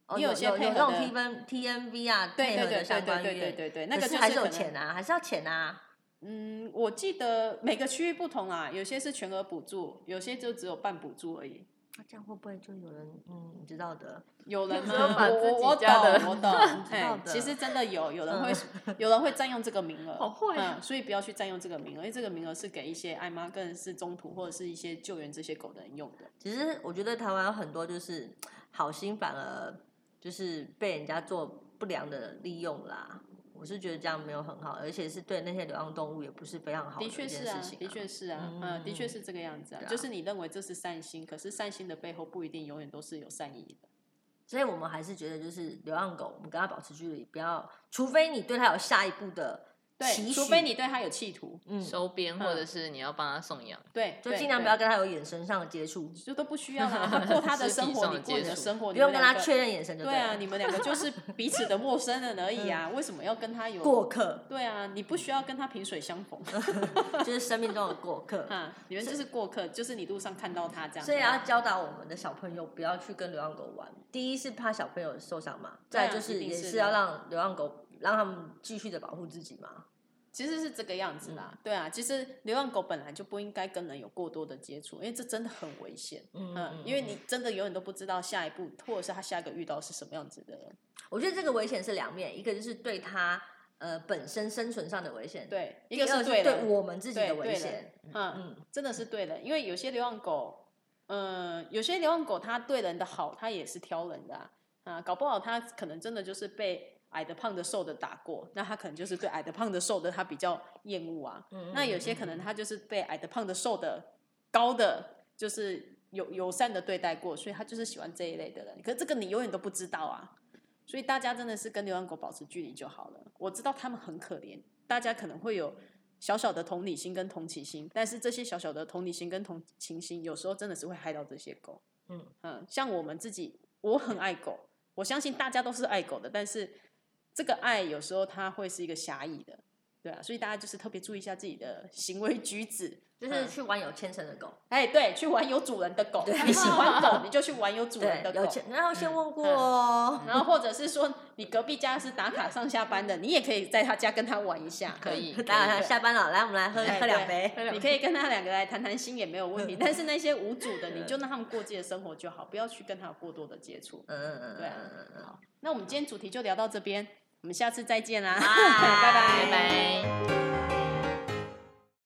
Speaker 1: 哦，
Speaker 3: 你
Speaker 1: 有
Speaker 3: 有些
Speaker 1: 有
Speaker 3: 配合
Speaker 1: 那种
Speaker 3: 的
Speaker 1: T N T N V 啊，
Speaker 3: 对
Speaker 1: 配
Speaker 3: 对
Speaker 1: 合
Speaker 3: 对
Speaker 1: 的
Speaker 3: 对
Speaker 1: 相
Speaker 3: 对
Speaker 1: 关
Speaker 3: 对对
Speaker 1: 院，
Speaker 3: 对对，那
Speaker 1: 可
Speaker 3: 个就是
Speaker 1: 还是有
Speaker 3: 可能
Speaker 1: 钱啊，还是要钱啊。
Speaker 3: 嗯，我记得每个区域不同啦，有些是全额补助，有些就只有半补助而已。
Speaker 1: 那啊这样会不会就有人嗯，你知道的？，
Speaker 3: 有人
Speaker 2: 只有
Speaker 3: 吗？
Speaker 2: 把
Speaker 3: 我我
Speaker 2: 自己
Speaker 3: 我懂
Speaker 2: 家的
Speaker 3: 我懂
Speaker 1: 知道
Speaker 3: 哎，
Speaker 1: 的嗯
Speaker 3: 其实真的有有人会有人会占用这个名额，
Speaker 2: 好坏啊
Speaker 3: 嗯，所以不要去占用这个名额，因为这个名额是给一些爱妈更是中途或者是一些救援这些狗的人用的。
Speaker 1: 其实我觉得台湾有很多就是好心反而就是被人家做不良的利用啦。我是觉得这样没有很好，而且是对那些流浪动物也不是非常好
Speaker 3: 的
Speaker 1: 一
Speaker 3: 确
Speaker 1: 件
Speaker 3: 是
Speaker 1: 事
Speaker 3: 啊
Speaker 1: 情、，
Speaker 3: 的确是啊，
Speaker 1: 嗯
Speaker 3: 嗯，的确是这个样子啊
Speaker 1: 对，啊
Speaker 3: 就是你认为这是善心，可是善心的背后不一定永远都是有善意的。
Speaker 1: 所以我们还是觉得，就是流浪狗，我们跟它保持距离，不要，除非你对它有下一步的
Speaker 3: 对，
Speaker 1: 期
Speaker 3: 除
Speaker 1: 许
Speaker 3: 非你对他有企图，
Speaker 1: 嗯，
Speaker 2: 收编，
Speaker 1: 嗯
Speaker 2: 或者是你要帮他送养，
Speaker 3: 对，
Speaker 1: 就
Speaker 3: 对
Speaker 1: 尽量
Speaker 3: 对
Speaker 1: 不要跟他有眼神上的接触，
Speaker 3: 就都不需要啦，他过他的
Speaker 2: 肢 体
Speaker 3: 生活，
Speaker 2: 上
Speaker 3: 你
Speaker 2: 的
Speaker 3: 过你
Speaker 2: 接
Speaker 3: 的
Speaker 2: 触
Speaker 3: 生活，
Speaker 1: 不
Speaker 3: 你们
Speaker 1: 用跟
Speaker 3: 两
Speaker 1: 他
Speaker 3: 个
Speaker 1: 确认眼神就
Speaker 3: 对啊，
Speaker 1: 了。嗯
Speaker 3: 你们两个就是彼此的陌生人而已 啊，为什么要跟他有
Speaker 1: 过？客
Speaker 3: 对啊，你不需要跟他萍水相逢
Speaker 1: 就是生命中的过 客，
Speaker 3: 啊，你们就是过客，就是你路上看到他这样。
Speaker 1: 所以啊要教导我们的小朋友不要去跟流浪狗玩。第一是怕小朋友受伤嘛，
Speaker 3: 对
Speaker 1: 再
Speaker 3: 啊
Speaker 1: 来就是
Speaker 3: 一定
Speaker 1: 也
Speaker 3: 是
Speaker 1: 是
Speaker 3: 的
Speaker 1: 要让流浪狗让他们继续的保护自己嘛。
Speaker 3: 其实是这个样子啦，对啊，其实流浪狗本来就不应该跟人有过多的接触，因为这真的很危险。
Speaker 1: 嗯
Speaker 3: 嗯，因为你真的永远都不知道下一步，或者是他下一个遇到是什么样子的人。
Speaker 1: 我觉得这个危险是两面，一个就是对它呃本身生存上的危险，，
Speaker 3: 对，一
Speaker 1: 一
Speaker 3: 个
Speaker 1: 是
Speaker 3: 是对
Speaker 1: 对
Speaker 3: 人，
Speaker 1: 我们自己的
Speaker 3: 对
Speaker 1: 危
Speaker 3: 对
Speaker 1: 险。
Speaker 3: 嗯，
Speaker 1: 嗯，
Speaker 3: 真的是对人，因为有些流浪狗，嗯，有些流浪狗它对人的好，它也是挑人的啊，啊搞不好它可能真的就是被矮的、胖的、瘦的打过，那它可能就是对矮的、胖的、瘦的它比较厌恶啊。
Speaker 1: 嗯
Speaker 3: 那有些可能它就是被矮的、胖的、瘦的、高的，就是友友善的对待过，所以它就是喜欢这一类的人。可是这个你永远都不知道啊，所以大家真的是跟流浪狗保持距离就好了。我知道他们很可怜，大家可能会有小小的同理心跟同情心，但是这些小小的同理心跟同情心，有时候真的是会害到这些狗。
Speaker 1: 嗯
Speaker 3: 像我们自己，我很爱狗，我相信大家都是爱狗的，但是这个爱有时候它会是一个狭义的，对啊，所以大家就是特别注意一下自己的行为举止。
Speaker 1: 就是去玩有牵绳的狗，
Speaker 3: 哎，对，去玩有主人的狗，你喜 欢狗你就去玩有主人
Speaker 1: 对
Speaker 3: 的，
Speaker 1: 有
Speaker 3: 狗。
Speaker 1: 牵，然后先问过
Speaker 3: 嗯
Speaker 1: 哦。
Speaker 3: 然后或者是说，你隔壁家是打卡上下班的，你也可以在他家跟他玩一下，
Speaker 2: 可以
Speaker 1: 打扰他
Speaker 3: 对
Speaker 1: 下班了，来我们来喝
Speaker 3: 哎
Speaker 1: 喝两
Speaker 3: 对
Speaker 1: 杯。
Speaker 3: 你可以跟他两个来谈谈心也没 有问题。但是那些无主的，你就让他们过自己的生活就好，不要去跟他有过多的接触
Speaker 1: 嗯。嗯嗯
Speaker 3: 对啊
Speaker 1: 嗯嗯嗯。
Speaker 3: 好，那我们今天主题就聊到这边，我们下次再见啦，
Speaker 1: 拜
Speaker 3: 拜
Speaker 2: 拜拜。